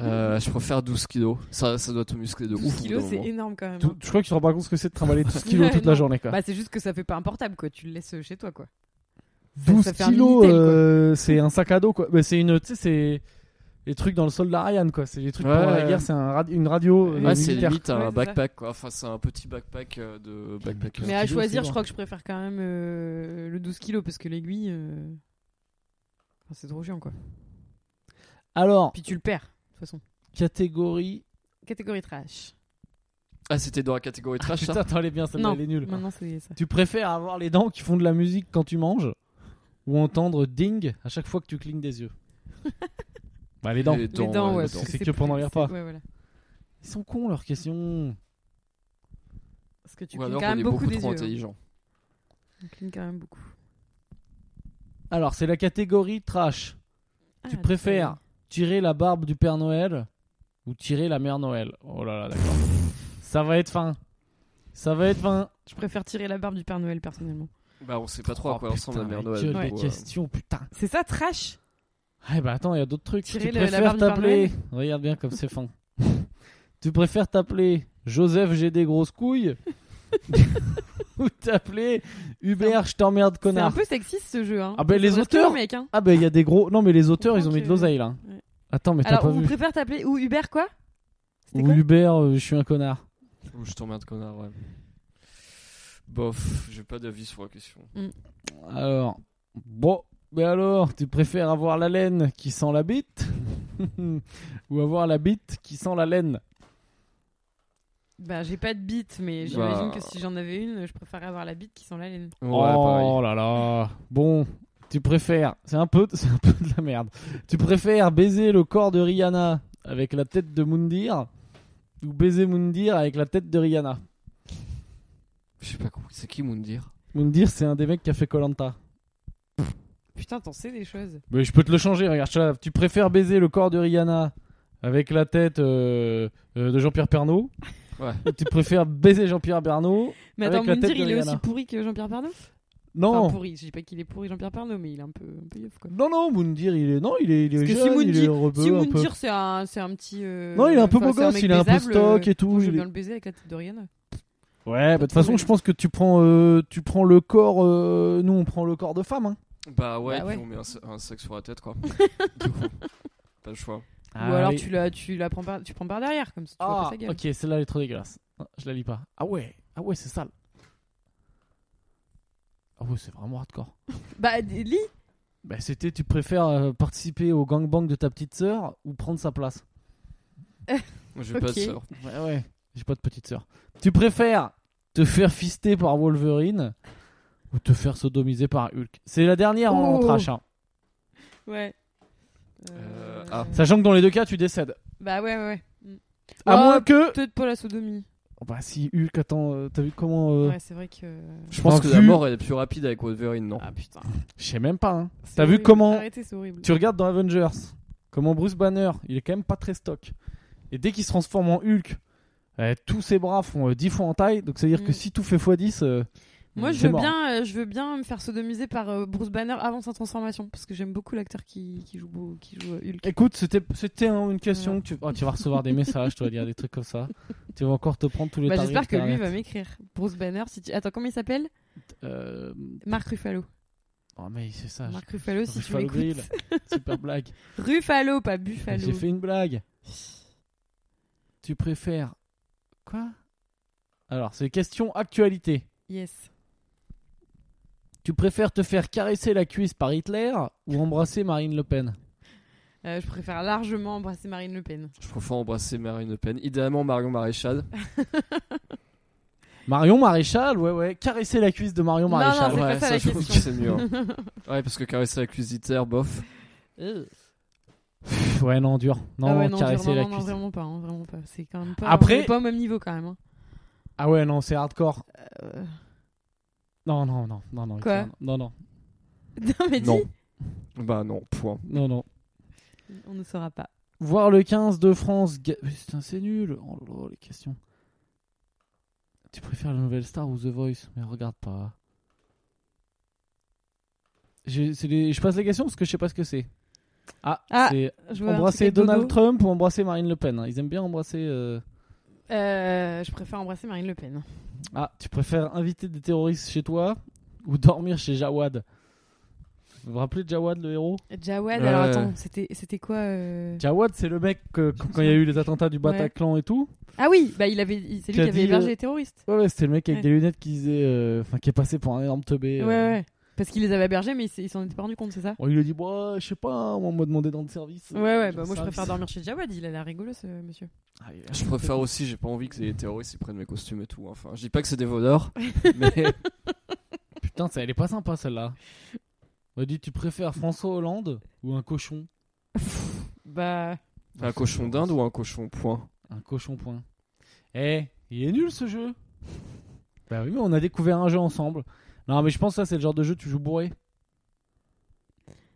Speaker 3: Euh, je préfère 12 kilos. Ça, ça doit te muscler de
Speaker 2: 12
Speaker 3: ouf. au bout
Speaker 2: kilos,
Speaker 3: d'un
Speaker 2: c'est
Speaker 3: moment.
Speaker 2: énorme quand même.
Speaker 1: Tout-
Speaker 2: hein.
Speaker 1: Je crois que tu te rends pas compte ce que c'est de trimballer 12 kilos toute la
Speaker 2: Non.
Speaker 1: journée. Quoi.
Speaker 2: Bah, c'est juste que ça fait pas un portable, quoi. Tu le laisses euh, chez toi, quoi. ça-
Speaker 1: 12
Speaker 2: ça fait un
Speaker 1: kilos,
Speaker 2: Minitel, quoi.
Speaker 1: euh, c'est un sac à dos. Quoi. Mais c'est une, tu sais, c'est les trucs dans le sol d'Ariane. quoi. C'est les trucs
Speaker 3: Ouais,
Speaker 1: pendant la
Speaker 3: ouais.
Speaker 1: guerre, c'est un rad- une radio. euh,
Speaker 3: Ouais, Ah, c'est
Speaker 1: militaire.
Speaker 3: limite
Speaker 2: Ouais,
Speaker 3: un
Speaker 2: c'est ça.
Speaker 3: backpack quoi. Enfin, c'est un petit backpack euh, de backpack.
Speaker 2: Mais à
Speaker 1: kilos,
Speaker 2: choisir,
Speaker 1: c'est
Speaker 2: je crois que je préfère quand même euh, le 12 kilos parce que l'aiguille. euh, enfin, c'est trop chiant, quoi.
Speaker 1: Alors,
Speaker 2: Puis tu le perds, de toute façon.
Speaker 1: catégorie.
Speaker 2: Catégorie trash.
Speaker 3: Ah, c'était dans la catégorie trash ça
Speaker 1: Putain, attends, elle est bien, celle-là,
Speaker 2: Non,
Speaker 1: elle est nulle.
Speaker 2: Maintenant, c'est ça.
Speaker 1: Tu préfères avoir les dents qui font de la musique quand tu manges ou entendre ding à chaque fois que tu clignes des yeux Bah les dents.
Speaker 2: Les
Speaker 3: Les
Speaker 2: dents, ouais.
Speaker 3: les
Speaker 1: parce
Speaker 3: dents.
Speaker 1: que c'est que
Speaker 2: plus-
Speaker 1: pendant les
Speaker 2: c'est-
Speaker 1: repas.
Speaker 2: Ouais, voilà.
Speaker 1: Ils sont cons leurs questions.
Speaker 2: Parce que tu
Speaker 3: Ou
Speaker 2: clignes
Speaker 3: alors
Speaker 2: quand
Speaker 3: on est
Speaker 2: même beaucoup
Speaker 3: beaucoup
Speaker 2: des
Speaker 3: trop
Speaker 2: yeux. hein.
Speaker 3: intelligent.
Speaker 2: Tu clignes quand même beaucoup.
Speaker 1: Alors c'est la catégorie trash.
Speaker 2: Ah,
Speaker 1: tu préfères tirer la barbe du Père Noël ou tirer la Mère Noël Oh là là d'accord. Ça va être fin. Ça va être fin.
Speaker 2: Je préfère tirer la barbe du Père Noël personnellement.
Speaker 3: Bah, on sait pas trop à
Speaker 1: Oh,
Speaker 3: quoi ressemble la
Speaker 1: putain,
Speaker 3: mère
Speaker 1: mais
Speaker 3: Noël.
Speaker 1: quelle
Speaker 3: donc, euh,
Speaker 1: question putain.
Speaker 2: C'est ça, trash
Speaker 1: Eh bah attends, il y a d'autres trucs.
Speaker 2: Tirer
Speaker 1: tu
Speaker 2: le- euh, la
Speaker 1: préfères
Speaker 2: barbe du Père
Speaker 1: t'appeler. Regarde bien comme c'est fin. tu préfères t'appeler Joseph, j'ai des grosses couilles ou t'appeler Hubert, je t'emmerde
Speaker 2: C'est un
Speaker 1: connard.
Speaker 2: peu sexiste ce jeu. Hein.
Speaker 1: Ah ben,
Speaker 2: Ça
Speaker 1: les
Speaker 2: reste que
Speaker 1: auteurs-
Speaker 2: le mec, hein.
Speaker 1: Ah bah il y a des gros. Non mais les auteurs ils ont
Speaker 2: Comprends
Speaker 1: mis de
Speaker 2: que-
Speaker 1: l'oseille là.
Speaker 2: Ouais.
Speaker 1: Attends mais t'as
Speaker 2: Alors,
Speaker 1: pas
Speaker 2: on
Speaker 1: vu.
Speaker 2: préfère t'appeler ou Hubert quoi C'était
Speaker 1: Ou
Speaker 2: quoi
Speaker 1: Hubert, euh, je suis un connard.
Speaker 3: Ou je t'emmerde, connard, ouais. Bof, j'ai pas d'avis sur la question.
Speaker 1: Alors bon. Mais alors, tu préfères avoir la laine qui sent la bite ou avoir la bite qui sent la laine
Speaker 2: Bah, j'ai pas de bite, mais
Speaker 3: Bah.
Speaker 2: j'imagine que si j'en avais une, je préférerais avoir la bite qui sent la laine.
Speaker 3: Ouais,
Speaker 1: oh là là. Bon, tu préfères. C'est un peu, c'est un peu de la merde. Tu préfères baiser le corps de Rihanna avec la tête de Moundir ou baiser Moundir avec la tête de Rihanna.
Speaker 3: J'ai pas compris. C'est qui Moundir
Speaker 1: Moundir, c'est un des mecs qui a fait Colanta.
Speaker 2: Putain, t'en sais des choses.
Speaker 1: Mais je peux te le changer. Regarde, je te la- tu préfères baiser le corps de Rihanna avec la tête euh, euh, de Jean-Pierre Pernaud
Speaker 3: Ouais.
Speaker 1: ou tu préfères baiser Jean-Pierre Pernaud
Speaker 2: Mais
Speaker 1: Avec
Speaker 2: attends,
Speaker 1: la tête
Speaker 2: Moundir,
Speaker 1: de
Speaker 2: il est
Speaker 1: Rihanna.
Speaker 2: aussi pourri que Jean-Pierre Pardot
Speaker 1: Non.
Speaker 2: Enfin, pourri. Je dis pas qu'il est pourri, Jean-Pierre Pernaut, mais il est un peu, un peu yeuf, quoi.
Speaker 1: Non, non, Moundir, il est, non, il est, il est
Speaker 2: Parce que
Speaker 1: jeune,
Speaker 2: si
Speaker 1: il est
Speaker 2: Moundir-
Speaker 1: rebeu
Speaker 2: Si
Speaker 1: un peu.
Speaker 2: Moundir, c'est un, c'est un petit. euh,
Speaker 1: Non, il est un peu
Speaker 2: enfin,
Speaker 1: beau
Speaker 2: c'est un
Speaker 1: gosse,
Speaker 2: mec
Speaker 1: il est un peu
Speaker 2: baisable, euh,
Speaker 1: stock et tout,
Speaker 2: moi, Je
Speaker 1: il
Speaker 2: veux
Speaker 1: est-
Speaker 2: bien le baiser avec la tête de Rihanna.
Speaker 1: Ouais, bah, de toute façon, je pense que tu prends, euh, tu prends le corps, euh, nous on prend le corps de femme, hein.
Speaker 3: Bah ouais,
Speaker 2: Bah
Speaker 3: puis
Speaker 2: ouais.
Speaker 3: on met un, se- un sac sur la tête quoi. du coup, pas le choix.
Speaker 2: Ou alors tu la, tu la prends par, tu prends par derrière, comme ça tu vois pas
Speaker 1: Ah,
Speaker 2: sa gueule.
Speaker 1: ok, celle-là elle est trop dégueulasse. Ah, Je la lis pas. Ah ouais, ah ouais, c'est sale. Ah ouais, c'est vraiment hardcore.
Speaker 2: Bah, d- lis
Speaker 1: Bah, c'était, tu préfères euh, participer au gangbang de ta petite sœur ou prendre sa place
Speaker 3: Moi j'ai
Speaker 2: Ok.
Speaker 3: pas de sœur.
Speaker 1: Ouais, ouais, j'ai pas de petite sœur. Tu préfères te faire fister par Wolverine ou te faire sodomiser par Hulk C'est la dernière en
Speaker 2: Oh.
Speaker 1: trash. hein.
Speaker 2: Ouais.
Speaker 3: Euh, ah.
Speaker 1: Sachant que dans les deux cas, tu décèdes.
Speaker 2: Bah, ouais, ouais, ouais. Mm.
Speaker 1: À
Speaker 2: Oh,
Speaker 1: moins que.
Speaker 2: Peut-être pas la sodomie.
Speaker 1: Oh, bah, si Hulk, attends, euh, t'as vu comment. euh,
Speaker 2: Ouais, c'est vrai que.
Speaker 3: Je pense
Speaker 1: Enfin,
Speaker 3: que
Speaker 1: vu-
Speaker 3: la mort elle est plus rapide avec Wolverine, non
Speaker 2: Ah putain.
Speaker 1: Je sais même pas, hein.
Speaker 2: c'est
Speaker 1: T'as vu
Speaker 2: horrible.
Speaker 1: comment-
Speaker 2: Arrêtez, c'est horrible.
Speaker 1: Tu regardes dans Avengers, comment Bruce Banner, il est quand même pas très stock. Et dès qu'il se transforme en Hulk, euh, tous ses bras font euh, 10 fois en taille. Donc c'est-à-dire que
Speaker 2: Mm.
Speaker 1: si tout fait x10, euh,
Speaker 2: Moi, je
Speaker 1: c'est
Speaker 2: veux,
Speaker 1: mort.
Speaker 2: bien, euh, je veux bien me faire sodomiser par euh, Bruce Banner avant sa transformation, parce que j'aime beaucoup l'acteur qui, qui joue, beau- qui joue euh, Hulk.
Speaker 1: écoute, c'était, c'était hein, une question.
Speaker 2: Ouais.
Speaker 1: que Tu... oh, tu vas recevoir des messages, tu vas dire des trucs comme ça. Tu vas encore te prendre tous les
Speaker 2: Bah,
Speaker 1: tarifs
Speaker 2: J'espère que lui
Speaker 1: Internet.
Speaker 2: va m'écrire. Bruce Banner, si tu... Attends, comment il s'appelle
Speaker 1: Euh,
Speaker 2: Marc Ruffalo.
Speaker 1: Oh, mais c'est ça.
Speaker 2: Marc Ruffalo, si tu
Speaker 1: Ruffalo
Speaker 2: m'écoutes.
Speaker 1: Super blague.
Speaker 2: Ruffalo, pas
Speaker 1: Mais
Speaker 2: Buffalo.
Speaker 1: J'ai fait une blague. Tu préfères. Quoi Alors, c'est question actualité.
Speaker 2: Yes.
Speaker 1: Tu préfères te faire caresser la cuisse par Hitler ou embrasser Marine Le Pen
Speaker 2: Euh, je préfère largement embrasser Marine Le Pen.
Speaker 3: Je préfère embrasser Marine Le Pen. Idéalement Marion Maréchal.
Speaker 1: Marion Maréchal, ouais, ouais. Caresser la cuisse de Marion
Speaker 2: Non,
Speaker 1: Maréchal.
Speaker 2: non, Ah, c'est- pas
Speaker 3: ouais,
Speaker 2: ça la
Speaker 3: je trouve que
Speaker 2: question.
Speaker 3: c'est mieux. hein. ouais, parce que caresser la cuisse d'Hitler, bof.
Speaker 1: Pff, ouais, non, dur. Non,
Speaker 2: ah ouais,
Speaker 1: non,
Speaker 2: non,
Speaker 1: caresser
Speaker 2: dur, non,
Speaker 1: la
Speaker 2: non, non,
Speaker 1: cuisse.
Speaker 2: vraiment pas, hein, vraiment pas. C'est quand même pas.
Speaker 1: Après-
Speaker 2: on est pas au même niveau quand même. hein.
Speaker 1: Ah ouais, non, c'est hardcore.
Speaker 2: Euh,
Speaker 1: Non, non, non, non, non.
Speaker 2: Quoi
Speaker 1: Hitler, Non, non,
Speaker 2: Non mais dis,
Speaker 3: non. Bah non, point.
Speaker 1: non, non.
Speaker 2: on ne saura pas.
Speaker 1: Voir le 15 de France. ga- Putain, c'est nul. Oh là là, les questions. Tu préfères la nouvelle star ou The Voice Mais regarde pas. J'ai- c'est des- Je passe les questions parce que je sais pas ce que c'est. Ah,
Speaker 2: Ah,
Speaker 1: c'est
Speaker 2: Je vois un truc
Speaker 1: Embrasser
Speaker 2: avec
Speaker 1: Donald
Speaker 2: Dodo.
Speaker 1: Trump ou embrasser Marine Le Pen. hein. Ils aiment bien embrasser. euh,
Speaker 2: Euh, je préfère embrasser Marine Le Pen.
Speaker 1: Ah, tu préfères inviter des terroristes chez toi ou dormir chez Jawad Vous vous rappelez de Jawad, le héros
Speaker 2: Jawad,
Speaker 3: Ouais.
Speaker 2: alors attends, c'était c'était quoi euh,
Speaker 1: Jawad, c'est le mec que, quand il y a eu les attentats du Bataclan et tout.
Speaker 2: Ah oui, bah il avait, il-
Speaker 1: Qui a
Speaker 2: c'est lui qui avait
Speaker 1: dit,
Speaker 2: hébergé
Speaker 1: euh,
Speaker 2: les terroristes.
Speaker 1: Ouais, ouais, c'était le mec avec
Speaker 2: Ouais.
Speaker 1: des lunettes qui disait, euh, enfin, qui est passé pour un énorme teubé.
Speaker 2: Ouais,
Speaker 1: euh.
Speaker 2: ouais. Parce qu'il les avait hébergés, mais il s'est- il s'en était pas rendu compte, c'est ça
Speaker 1: Bon, il lui a dit, bah, je sais pas, hein, moi, on m'a demandé dans le service.
Speaker 2: Ouais,
Speaker 1: euh,
Speaker 2: ouais.
Speaker 1: dans
Speaker 2: Bah
Speaker 1: le
Speaker 2: moi je
Speaker 1: service.
Speaker 2: préfère dormir chez Jawad. Il a l'air rigolo, ce monsieur.
Speaker 1: Ah, il a-
Speaker 3: Je préfère aussi, j'ai pas envie que les terroristes ils prennent mes costumes et tout. hein. Enfin, je dis pas que c'est des voleurs, mais
Speaker 1: Putain, ça, elle est pas sympa celle-là. On a dit, tu préfères François Hollande ou un cochon
Speaker 2: Bah
Speaker 3: un cochon d'Inde ou un cochon point
Speaker 1: Un cochon point. Eh, il est nul ce jeu. Bah oui, mais on a découvert un jeu ensemble. Non, mais je pense que ça, c'est le genre de jeu tu joues bourré.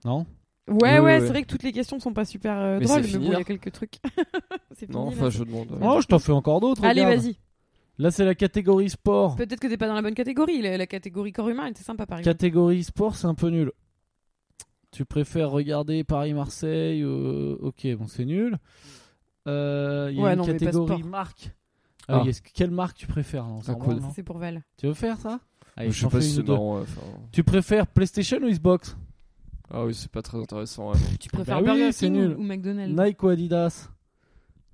Speaker 1: Non
Speaker 2: ouais, ouais.
Speaker 3: Ouais, ouais.
Speaker 2: C'est vrai que toutes les questions sont pas super euh,
Speaker 3: Mais
Speaker 2: drôles,
Speaker 3: c'est
Speaker 2: mais bon,
Speaker 3: fini,
Speaker 2: il y a
Speaker 3: là.
Speaker 2: quelques trucs. c'est fini.
Speaker 3: Non,
Speaker 2: là.
Speaker 3: enfin je demande. euh, ouais.
Speaker 1: Oh, je t'en fais encore d'autres.
Speaker 2: Allez,
Speaker 1: regarde.
Speaker 2: vas-y.
Speaker 1: Là, c'est la catégorie sport.
Speaker 2: Peut-être que t'es pas dans la bonne catégorie. La, la catégorie corps humain, elle était sympa par exemple.
Speaker 1: Catégorie sport, c'est un peu nul. Tu préfères regarder Paris-Marseille euh, Ok, bon, c'est nul. Euh, Il y a
Speaker 2: Ouais,
Speaker 1: une
Speaker 2: non, mais pas
Speaker 1: catégorie
Speaker 2: sport.
Speaker 1: marque. Ah
Speaker 3: Ah.
Speaker 1: oui, est-ce que- quelle marque tu préfères non, on s'en
Speaker 3: Ah, cool.
Speaker 1: branle, non
Speaker 2: C'est pour Val.
Speaker 1: Tu veux faire ça Allez,
Speaker 3: je sais
Speaker 1: t'en
Speaker 3: pas
Speaker 1: fais
Speaker 3: si
Speaker 1: une
Speaker 3: c'est
Speaker 1: ou deux.
Speaker 3: marrant. ouais, enfin.
Speaker 1: Tu préfères PlayStation ou Xbox
Speaker 3: Ah oui, c'est pas très intéressant. ouais.
Speaker 2: Tu préfères
Speaker 1: bah oui,
Speaker 2: Burger
Speaker 1: c'est
Speaker 2: King
Speaker 1: nul.
Speaker 2: ou McDonald's
Speaker 1: Nike ou Adidas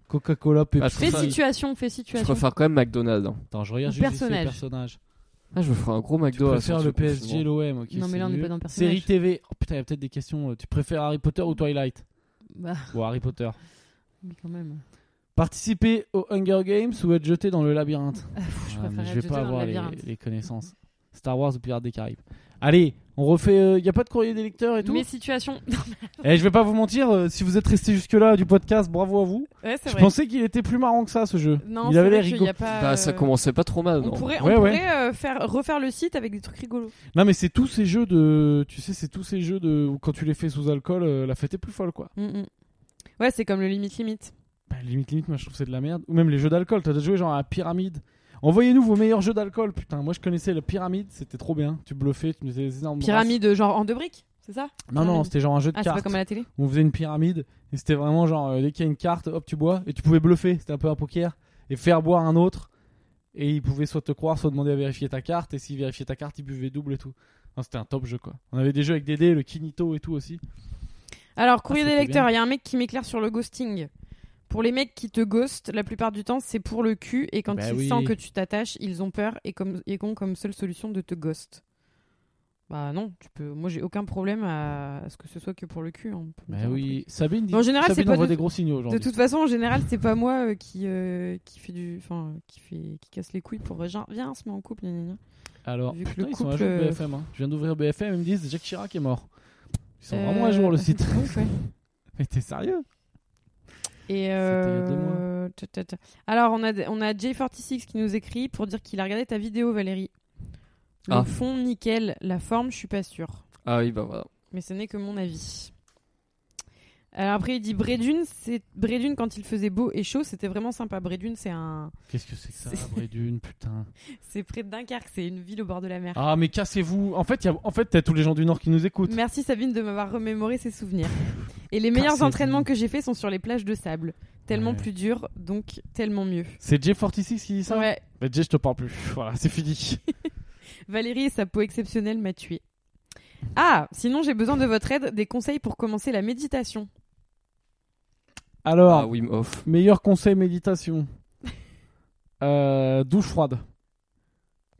Speaker 1: Coca-Cola, Pepsi.
Speaker 3: Ah, je
Speaker 2: Fais
Speaker 3: préfère-
Speaker 2: situation, fais
Speaker 3: Je
Speaker 2: situation.
Speaker 3: préfère quand même McDonald's. hein.
Speaker 1: Attends, je regarde
Speaker 2: Ou
Speaker 1: juste ici les
Speaker 2: personnage.
Speaker 1: personnages.
Speaker 3: Ah, je me ferai un gros McDo.
Speaker 1: Tu préfères le PSG et
Speaker 3: là.
Speaker 1: l'OM, ok.
Speaker 2: Non, mais
Speaker 1: c'est
Speaker 2: là, on est
Speaker 1: nul.
Speaker 2: pas dans le personnage.
Speaker 1: Série TV. Oh putain, il y a peut-être des questions. euh, Tu préfères Harry Potter ou Twilight
Speaker 2: Bah,
Speaker 1: Ou Harry Potter.
Speaker 2: mais quand même.
Speaker 1: Participer aux Hunger Games ou être jeté dans le labyrinthe
Speaker 2: je
Speaker 1: Ah, mais
Speaker 2: préfère
Speaker 1: Je
Speaker 2: être
Speaker 1: vais
Speaker 2: jeté
Speaker 1: pas
Speaker 2: dans le
Speaker 1: avoir les,
Speaker 2: labyrinthe.
Speaker 1: les connaissances. Star Wars ou Pirates des Caraïbes. Allez, on refait. Il y a pas de courrier des lecteurs et tout
Speaker 2: Mais situation.
Speaker 1: Eh, je vais pas vous mentir, euh, si vous êtes resté jusque-là du podcast, bravo à vous.
Speaker 2: ouais, c'est
Speaker 1: Je
Speaker 2: vrai.
Speaker 1: pensais qu'il était plus marrant que ça ce jeu.
Speaker 2: Non,
Speaker 1: Il
Speaker 2: c'est
Speaker 1: avait
Speaker 2: vrai
Speaker 1: l'air
Speaker 2: qu'il
Speaker 1: rigolo.
Speaker 2: y a pas,
Speaker 3: Bah, ça
Speaker 2: euh,
Speaker 3: commençait pas trop mal.
Speaker 2: On
Speaker 3: non
Speaker 2: pourrait,
Speaker 1: Ouais,
Speaker 2: on
Speaker 1: ouais.
Speaker 2: pourrait euh, faire, refaire le site avec des trucs rigolos.
Speaker 1: Non mais c'est tous ces jeux de tu sais c'est tous ces jeux de où quand tu les fais sous alcool euh, la fête est plus folle quoi.
Speaker 2: Mm, mm. Ouais, c'est comme le limite limite.
Speaker 1: Bah, limite limite moi je trouve que c'est de la merde ou même les jeux d'alcool t'as déjà joué genre à la pyramide. Envoyez-nous vos meilleurs jeux d'alcool, putain. Moi, je connaissais la pyramide, c'était trop bien. Tu bluffais, tu faisais des énormes.
Speaker 2: Pyramide, genre en deux briques, c'est ça
Speaker 1: brasses. Non, non,
Speaker 2: pyramide.
Speaker 1: c'était genre un jeu de
Speaker 2: Ah, c'est pas
Speaker 1: cartes.
Speaker 2: comme à la télé
Speaker 1: On faisait une pyramide et c'était vraiment genre euh, dès qu'il y a une carte, hop, tu bois et tu pouvais bluffer. C'était un peu un poker et faire boire un autre et il pouvait soit te croire, soit demander à vérifier ta carte et s'il vérifiait ta carte, il buvait double et tout. Non, C'était un top jeu quoi. On avait des jeux avec des dés, le Kinito et tout aussi.
Speaker 2: Alors, courrier des
Speaker 1: c'était
Speaker 2: lecteurs, il y a un mec qui m'éclaire sur le ghosting. Pour les mecs qui te ghostent, la plupart du temps, c'est pour le cul et quand
Speaker 1: Bah
Speaker 2: ils
Speaker 1: oui.
Speaker 2: sentent que tu t'attaches, ils ont peur et, comme, et ont comme seule solution de te ghost. Bah non, tu peux. Moi, j'ai aucun problème à à ce que ce soit que pour le cul. hein, pour me
Speaker 1: Bah
Speaker 2: dire un
Speaker 1: oui, Sabine dit.
Speaker 2: Mais en général,
Speaker 1: Sabine
Speaker 2: c'est pas
Speaker 1: envoie
Speaker 2: de-
Speaker 1: des gros signaux
Speaker 2: truc. De
Speaker 1: aujourd'hui.
Speaker 2: toute façon, en général, c'est pas moi euh, qui euh, qui fait du, enfin, euh, qui fait, qui casse les couilles pour euh, genre, viens, on se met en couple. gna, gna, gna.
Speaker 1: Alors,
Speaker 2: Vu que
Speaker 1: putain,
Speaker 2: le
Speaker 1: ils sont à
Speaker 2: couple,
Speaker 1: jour de
Speaker 2: euh,
Speaker 1: BFM. hein. Je viens d'ouvrir BFM, ils me disent Jacques Chirac est mort. Ils sont
Speaker 2: Euh,
Speaker 1: vraiment à jour le site.
Speaker 2: de ouf, ouais.
Speaker 1: Mais t'es sérieux
Speaker 2: Et
Speaker 1: il y a deux mois.
Speaker 2: euh, ta, ta, ta. Alors, on a, on a J46 qui nous écrit pour dire qu'il a regardé ta vidéo, Valérie. Le
Speaker 3: Ah.
Speaker 2: fond, nickel. La forme, je suis pas sûre.
Speaker 3: Ah oui, bah voilà.
Speaker 2: Mais ce n'est que mon avis. Alors après, il dit Brédune, c'est Brédune quand il faisait beau et chaud, c'était vraiment sympa. Brédune, c'est un,
Speaker 1: Qu'est-ce que c'est que ça,
Speaker 2: C'est-
Speaker 1: Brédune, putain
Speaker 2: c'est près de Dunkerque, c'est une ville au bord de la mer.
Speaker 1: Ah, mais cassez-vous En fait, il y a... en fait, t'as tous les gens du Nord qui nous écoutent.
Speaker 2: Merci Sabine de m'avoir remémoré ces souvenirs. Et les
Speaker 1: Putain,
Speaker 2: meilleurs
Speaker 1: c'est
Speaker 2: entraînements
Speaker 1: bon.
Speaker 2: que j'ai faits sont sur les plages de sable. Tellement
Speaker 1: Ouais.
Speaker 2: plus dur, donc tellement mieux.
Speaker 1: C'est J46 qui dit ça
Speaker 2: Ouais,
Speaker 1: Bah, Jay, je te parle plus. Voilà, c'est fini.
Speaker 2: Valérie et sa peau exceptionnelle m'a tué. Ah, sinon j'ai besoin de votre aide, des conseils pour commencer la méditation.
Speaker 1: Alors,
Speaker 3: Ah, Wim Hof.
Speaker 1: meilleur conseil méditation Euh, douche froide.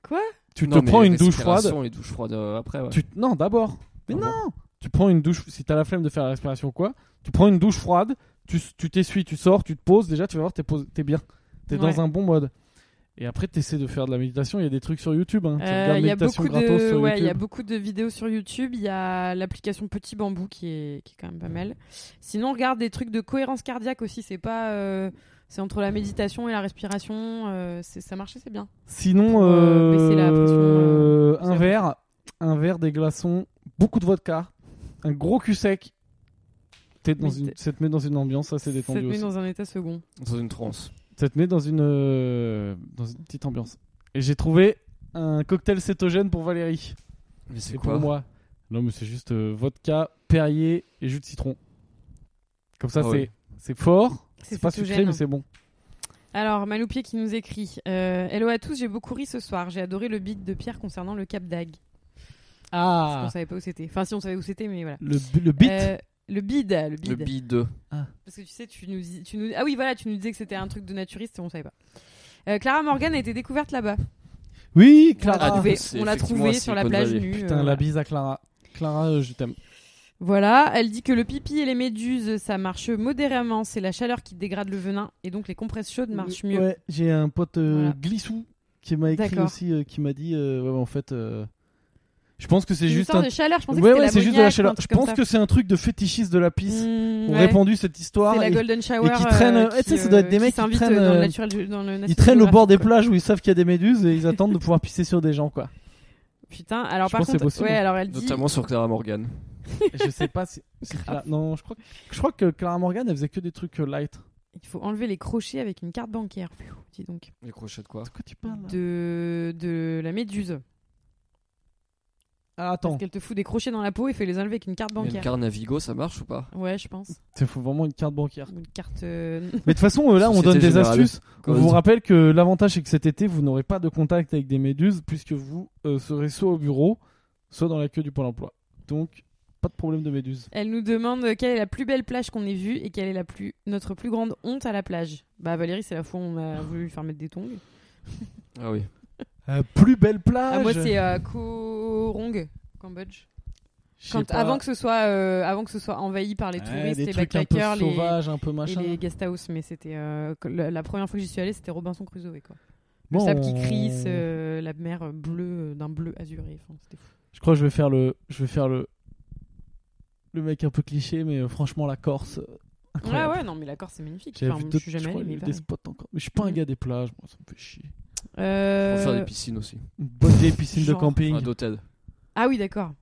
Speaker 2: Quoi
Speaker 1: Tu
Speaker 3: Non,
Speaker 1: te
Speaker 3: mais
Speaker 1: prends une douche
Speaker 3: respiration
Speaker 1: froide.
Speaker 3: Et douche froide euh, après, ouais.
Speaker 1: Tu... Non, d'abord. Mais
Speaker 3: Ah bon.
Speaker 1: non Tu prends une douche, si t'as la flemme de faire la respiration ou quoi, tu prends une douche froide, tu tu t'essuies, tu sors, tu te poses, déjà tu vas voir, t'es posé- t'es bien. T'es
Speaker 2: Ouais.
Speaker 1: dans un bon mode. Et après, t'essaies de faire de la méditation, il y a des trucs sur YouTube. hein. Tu
Speaker 2: Euh,
Speaker 1: regardes
Speaker 2: Il y a
Speaker 1: méditation
Speaker 2: beaucoup
Speaker 1: gratos
Speaker 2: de,
Speaker 1: sur
Speaker 2: ouais, il y a
Speaker 1: YouTube.
Speaker 2: beaucoup de vidéos sur YouTube. Il y a l'application Petit Bambou qui est, qui est quand même pas mal. Sinon, on regarde des trucs de cohérence cardiaque aussi. C'est pas, euh, c'est entre la méditation et la respiration. euh, c'est- ça marche, c'est bien.
Speaker 1: Sinon,
Speaker 2: pour, euh, baisser la pression,
Speaker 1: euh,
Speaker 2: euh,
Speaker 1: un verre, un verre, des glaçons, beaucoup de vodka, un gros cul sec. T'es dans
Speaker 2: Mais
Speaker 1: une,
Speaker 2: t'es-
Speaker 1: ça te met dans une ambiance assez
Speaker 2: Ça te
Speaker 1: détendue
Speaker 2: met
Speaker 1: aussi.
Speaker 2: dans un état second.
Speaker 3: Dans une transe.
Speaker 1: Ça te met dans une, euh, dans une petite ambiance. Et j'ai trouvé un cocktail cétogène pour Valérie
Speaker 3: Mais c'est
Speaker 1: et
Speaker 3: quoi
Speaker 1: pour moi. Non, mais c'est juste euh, vodka, Perrier et jus de citron. Comme ça,
Speaker 3: Ah ouais.
Speaker 1: c'est c'est fort.
Speaker 2: C'est
Speaker 1: C'est pas sucré,
Speaker 2: cétogène.
Speaker 1: mais c'est bon.
Speaker 2: Alors, Maloupier qui nous écrit euh, Hello à tous, j'ai beaucoup ri ce soir. J'ai adoré le beat de Pierre concernant le Cap d'Ag. Parce
Speaker 1: Ah,
Speaker 2: qu'on savait pas où c'était. Enfin, si on savait où c'était, mais voilà.
Speaker 1: le, le beat.
Speaker 2: Euh, le bide, le bide.
Speaker 3: Le bide.
Speaker 2: Parce que tu sais, tu nous, dis- tu nous, ah oui, voilà, tu nous disais que c'était un truc de naturiste et on savait pas. Euh, Clara Morgan a été découverte là-bas.
Speaker 1: Oui,
Speaker 2: On l'a
Speaker 1: Clara.
Speaker 2: trouvée-
Speaker 3: Ah, c'est
Speaker 2: on l'a
Speaker 3: effectivement
Speaker 2: trouvée
Speaker 3: à
Speaker 2: sur la
Speaker 3: Silicon
Speaker 2: plage
Speaker 3: Valley.
Speaker 2: nue.
Speaker 1: Putain,
Speaker 2: euh,
Speaker 1: la bise à Clara. Clara, euh, je t'aime.
Speaker 2: Voilà, elle dit que le pipi et les méduses, ça marche modérément. C'est la chaleur qui dégrade le venin et donc les compresses chaudes marchent mieux.
Speaker 1: Ouais, j'ai un pote euh,
Speaker 2: Voilà.
Speaker 1: glissou qui m'a écrit
Speaker 2: D'accord.
Speaker 1: aussi, euh, qui m'a dit, euh, ouais, en fait, euh, je pense que c'est
Speaker 2: une
Speaker 1: juste
Speaker 2: sorte
Speaker 1: un-
Speaker 2: de chaleur, je pensais
Speaker 1: Ouais,
Speaker 2: que
Speaker 1: ouais,
Speaker 2: c'était
Speaker 1: c'est juste de la
Speaker 2: l'ammoniaque ou un
Speaker 1: chaleur. Je
Speaker 2: truc comme
Speaker 1: pense
Speaker 2: ça.
Speaker 1: que c'est un truc de fétichiste de la pisse.
Speaker 2: Mmh,
Speaker 1: On
Speaker 2: ouais.
Speaker 1: répandu cette histoire.
Speaker 2: C'est la
Speaker 1: et-
Speaker 2: golden shower.
Speaker 1: qui traînent,
Speaker 2: euh,
Speaker 1: euh, tu sais,
Speaker 2: qui,
Speaker 1: ça doit être des
Speaker 2: euh, qui
Speaker 1: mecs qui
Speaker 2: s'invitent,
Speaker 1: traînent,
Speaker 2: euh, dans
Speaker 1: euh,
Speaker 2: le naturel- dans euh, le
Speaker 1: Ils
Speaker 2: National
Speaker 1: traînent au bord des
Speaker 2: Geographic, quoi.
Speaker 1: plages où ils savent qu'il y a des méduses et ils attendent de pouvoir pisser sur des gens, quoi.
Speaker 2: Putain, alors
Speaker 1: Je
Speaker 2: par
Speaker 1: pense que c'est
Speaker 2: contre,
Speaker 1: possible.
Speaker 2: ouais, alors elle dit.
Speaker 3: Notamment sur Clara Morgan.
Speaker 1: je sais pas si. si Clara- Non, je crois, que... je crois que Clara Morgan, elle faisait que des trucs euh, light.
Speaker 2: Il faut enlever les crochets avec une carte bancaire. Pfiou, Dis donc.
Speaker 3: Les crochets de quoi
Speaker 1: De quoi tu parles là
Speaker 2: De, de la méduse.
Speaker 1: Ah,
Speaker 2: Parce
Speaker 1: attends,
Speaker 2: qu'elle te fout des crochets dans la peau et fait les enlever avec une carte
Speaker 3: Une
Speaker 2: bancaire.
Speaker 3: carte Navigo, ça marche ou pas
Speaker 2: Ouais, je pense.
Speaker 1: il faut vraiment une carte bancaire.
Speaker 2: Ou une carte. euh,
Speaker 1: Mais de toute façon, euh, là, on
Speaker 3: Société
Speaker 1: donne des
Speaker 3: Générale.
Speaker 1: astuces. On
Speaker 3: Cause.
Speaker 1: vous rappelle que l'avantage c'est que cet été vous n'aurez pas de contact avec des méduses puisque vous euh, serez soit au bureau, soit dans la queue du pôle emploi. Donc pas de problème de méduses.
Speaker 2: Elle nous demande quelle est la plus belle plage qu'on ait vue et quelle est la plus notre plus grande honte à la plage. Bah Valérie, c'est la fois où on a voulu lui faire mettre des tongs.
Speaker 3: Ah oui.
Speaker 1: Euh, plus belle plage.
Speaker 2: Ah, moi, c'est euh, Koh Rong, Cambodge.
Speaker 1: Je sais
Speaker 2: Quand-
Speaker 1: pas.
Speaker 2: avant que ce soit euh, avant que ce soit envahi par les
Speaker 1: Ouais,
Speaker 2: touristes,
Speaker 1: des
Speaker 2: les
Speaker 1: trucs un peu
Speaker 2: backpackers, les
Speaker 1: sauvages, un peu machin.
Speaker 2: et les guest house, mais c'était euh, que- la, la première fois que j'y suis allée, c'était Robinson Crusoe quoi. Le
Speaker 1: Bon,
Speaker 2: sable qui crisse,
Speaker 1: on-
Speaker 2: euh, la mer euh, bleue euh, d'un bleu azuré. Enfin, c'était fou.
Speaker 1: Je crois que je vais faire le, je vais faire le, le mec un peu cliché, mais euh, franchement la Corse. euh,
Speaker 2: Ah Ouais,
Speaker 1: incroyable.
Speaker 2: ouais, non, mais la Corse c'est magnifique.
Speaker 1: J'avais
Speaker 2: Enfin,
Speaker 1: vu
Speaker 2: je
Speaker 1: d'autres-
Speaker 2: suis jamais
Speaker 1: crois,
Speaker 2: allée, mais
Speaker 1: des
Speaker 2: pareil.
Speaker 1: spots encore. Mais je suis pas un
Speaker 2: Mm.
Speaker 1: gars des plages, moi ça me fait chier.
Speaker 2: Euh,
Speaker 3: Pour faire des piscines aussi.
Speaker 1: Une bonne vieille piscine de
Speaker 2: genre.
Speaker 1: camping.
Speaker 3: Enfin, d'hôtel.
Speaker 2: Ah oui, d'accord.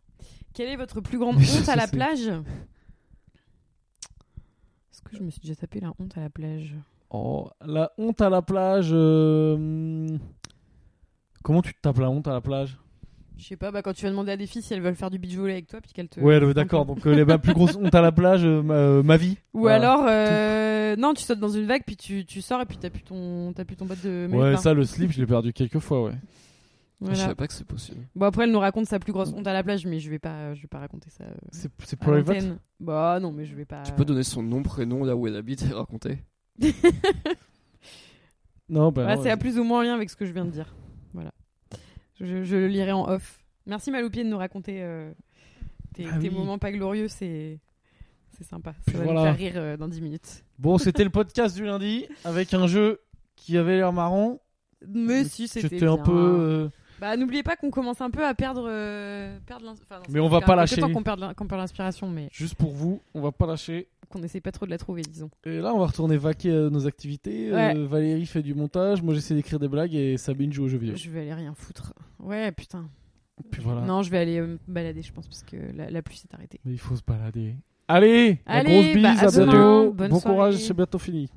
Speaker 2: Quelle est votre plus grande
Speaker 1: Mais je
Speaker 2: honte à la
Speaker 1: sais.
Speaker 2: plage Est-ce que je me suis déjà tapé la honte à la plage
Speaker 1: Oh, la honte à la plage. euh, Comment tu te tapes la honte à la plage
Speaker 2: Je sais pas, bah, quand tu vas demander à des filles si elles veulent faire du beach volley avec toi, puis qu'elles te.
Speaker 1: Ouais, euh, d'accord. Donc, euh, les ma plus grosses honte à la plage, euh, ma, euh, ma vie.
Speaker 2: Ou
Speaker 1: Voilà.
Speaker 2: alors, euh, non, tu sautes dans une vague, puis tu, tu sors, et puis t'as plus ton, t'as plus ton botte de
Speaker 1: Ouais,
Speaker 2: maillot de bain.
Speaker 1: ça, le slip, je l'ai perdu quelques fois, ouais.
Speaker 2: Euh, Voilà.
Speaker 3: Je savais pas que c'est possible.
Speaker 2: Bon, après, elle nous raconte sa plus grosse honte à la plage, mais je vais pas, je vais pas raconter ça. euh,
Speaker 1: C'est c'est
Speaker 2: à
Speaker 1: private
Speaker 2: l'antenne. Bah, non, mais je vais pas.
Speaker 1: Euh.
Speaker 3: Tu peux donner son nom, prénom, là où elle habite et raconter
Speaker 1: Non, bah.
Speaker 2: Voilà,
Speaker 1: non,
Speaker 2: c'est à
Speaker 1: vas-y.
Speaker 2: plus ou moins en lien avec ce que je viens de dire. Voilà. Je, je le lirai en off. Merci Maloupier de nous raconter euh, tes,
Speaker 1: Ah
Speaker 2: tes
Speaker 1: oui.
Speaker 2: moments pas glorieux, c'est c'est sympa. Ça va
Speaker 1: Voilà.
Speaker 2: nous faire rire euh, dans 10 minutes.
Speaker 1: Bon, c'était le podcast du lundi avec un jeu qui avait l'air marrant.
Speaker 2: Mais si, c'était
Speaker 1: J'étais un
Speaker 2: bien.
Speaker 1: peu. euh,
Speaker 2: Bah n'oubliez pas qu'on commence un peu à perdre, euh, perdre l'ins- enfin, non,
Speaker 1: Mais
Speaker 2: ça
Speaker 1: on
Speaker 2: fait
Speaker 1: va
Speaker 2: quand
Speaker 1: pas
Speaker 2: même quelque
Speaker 1: lâcher.
Speaker 2: temps qu'on perd l'in- qu'on perd l'inspiration, mais
Speaker 1: Juste pour vous, on va pas lâcher.
Speaker 2: qu'on essaye pas trop de la trouver, disons.
Speaker 1: Et là, on va retourner vaquer à nos activités.
Speaker 2: Ouais.
Speaker 1: Euh, Valérie fait du montage, moi j'essaie d'écrire des blagues et Sabine joue aux jeux vidéo.
Speaker 2: Je vais aller rien foutre. Ouais, putain.
Speaker 1: Puis voilà.
Speaker 2: Non, je vais aller euh, me balader, je pense, parce que la, la pluie s'est arrêtée.
Speaker 1: Mais il faut se balader. Allez, la
Speaker 2: Allez,
Speaker 1: grosse bise,
Speaker 2: bah, à
Speaker 1: à
Speaker 2: demain.
Speaker 1: bientôt.
Speaker 2: Bonne
Speaker 1: bon courage,
Speaker 2: soirée.
Speaker 1: c'est bientôt fini.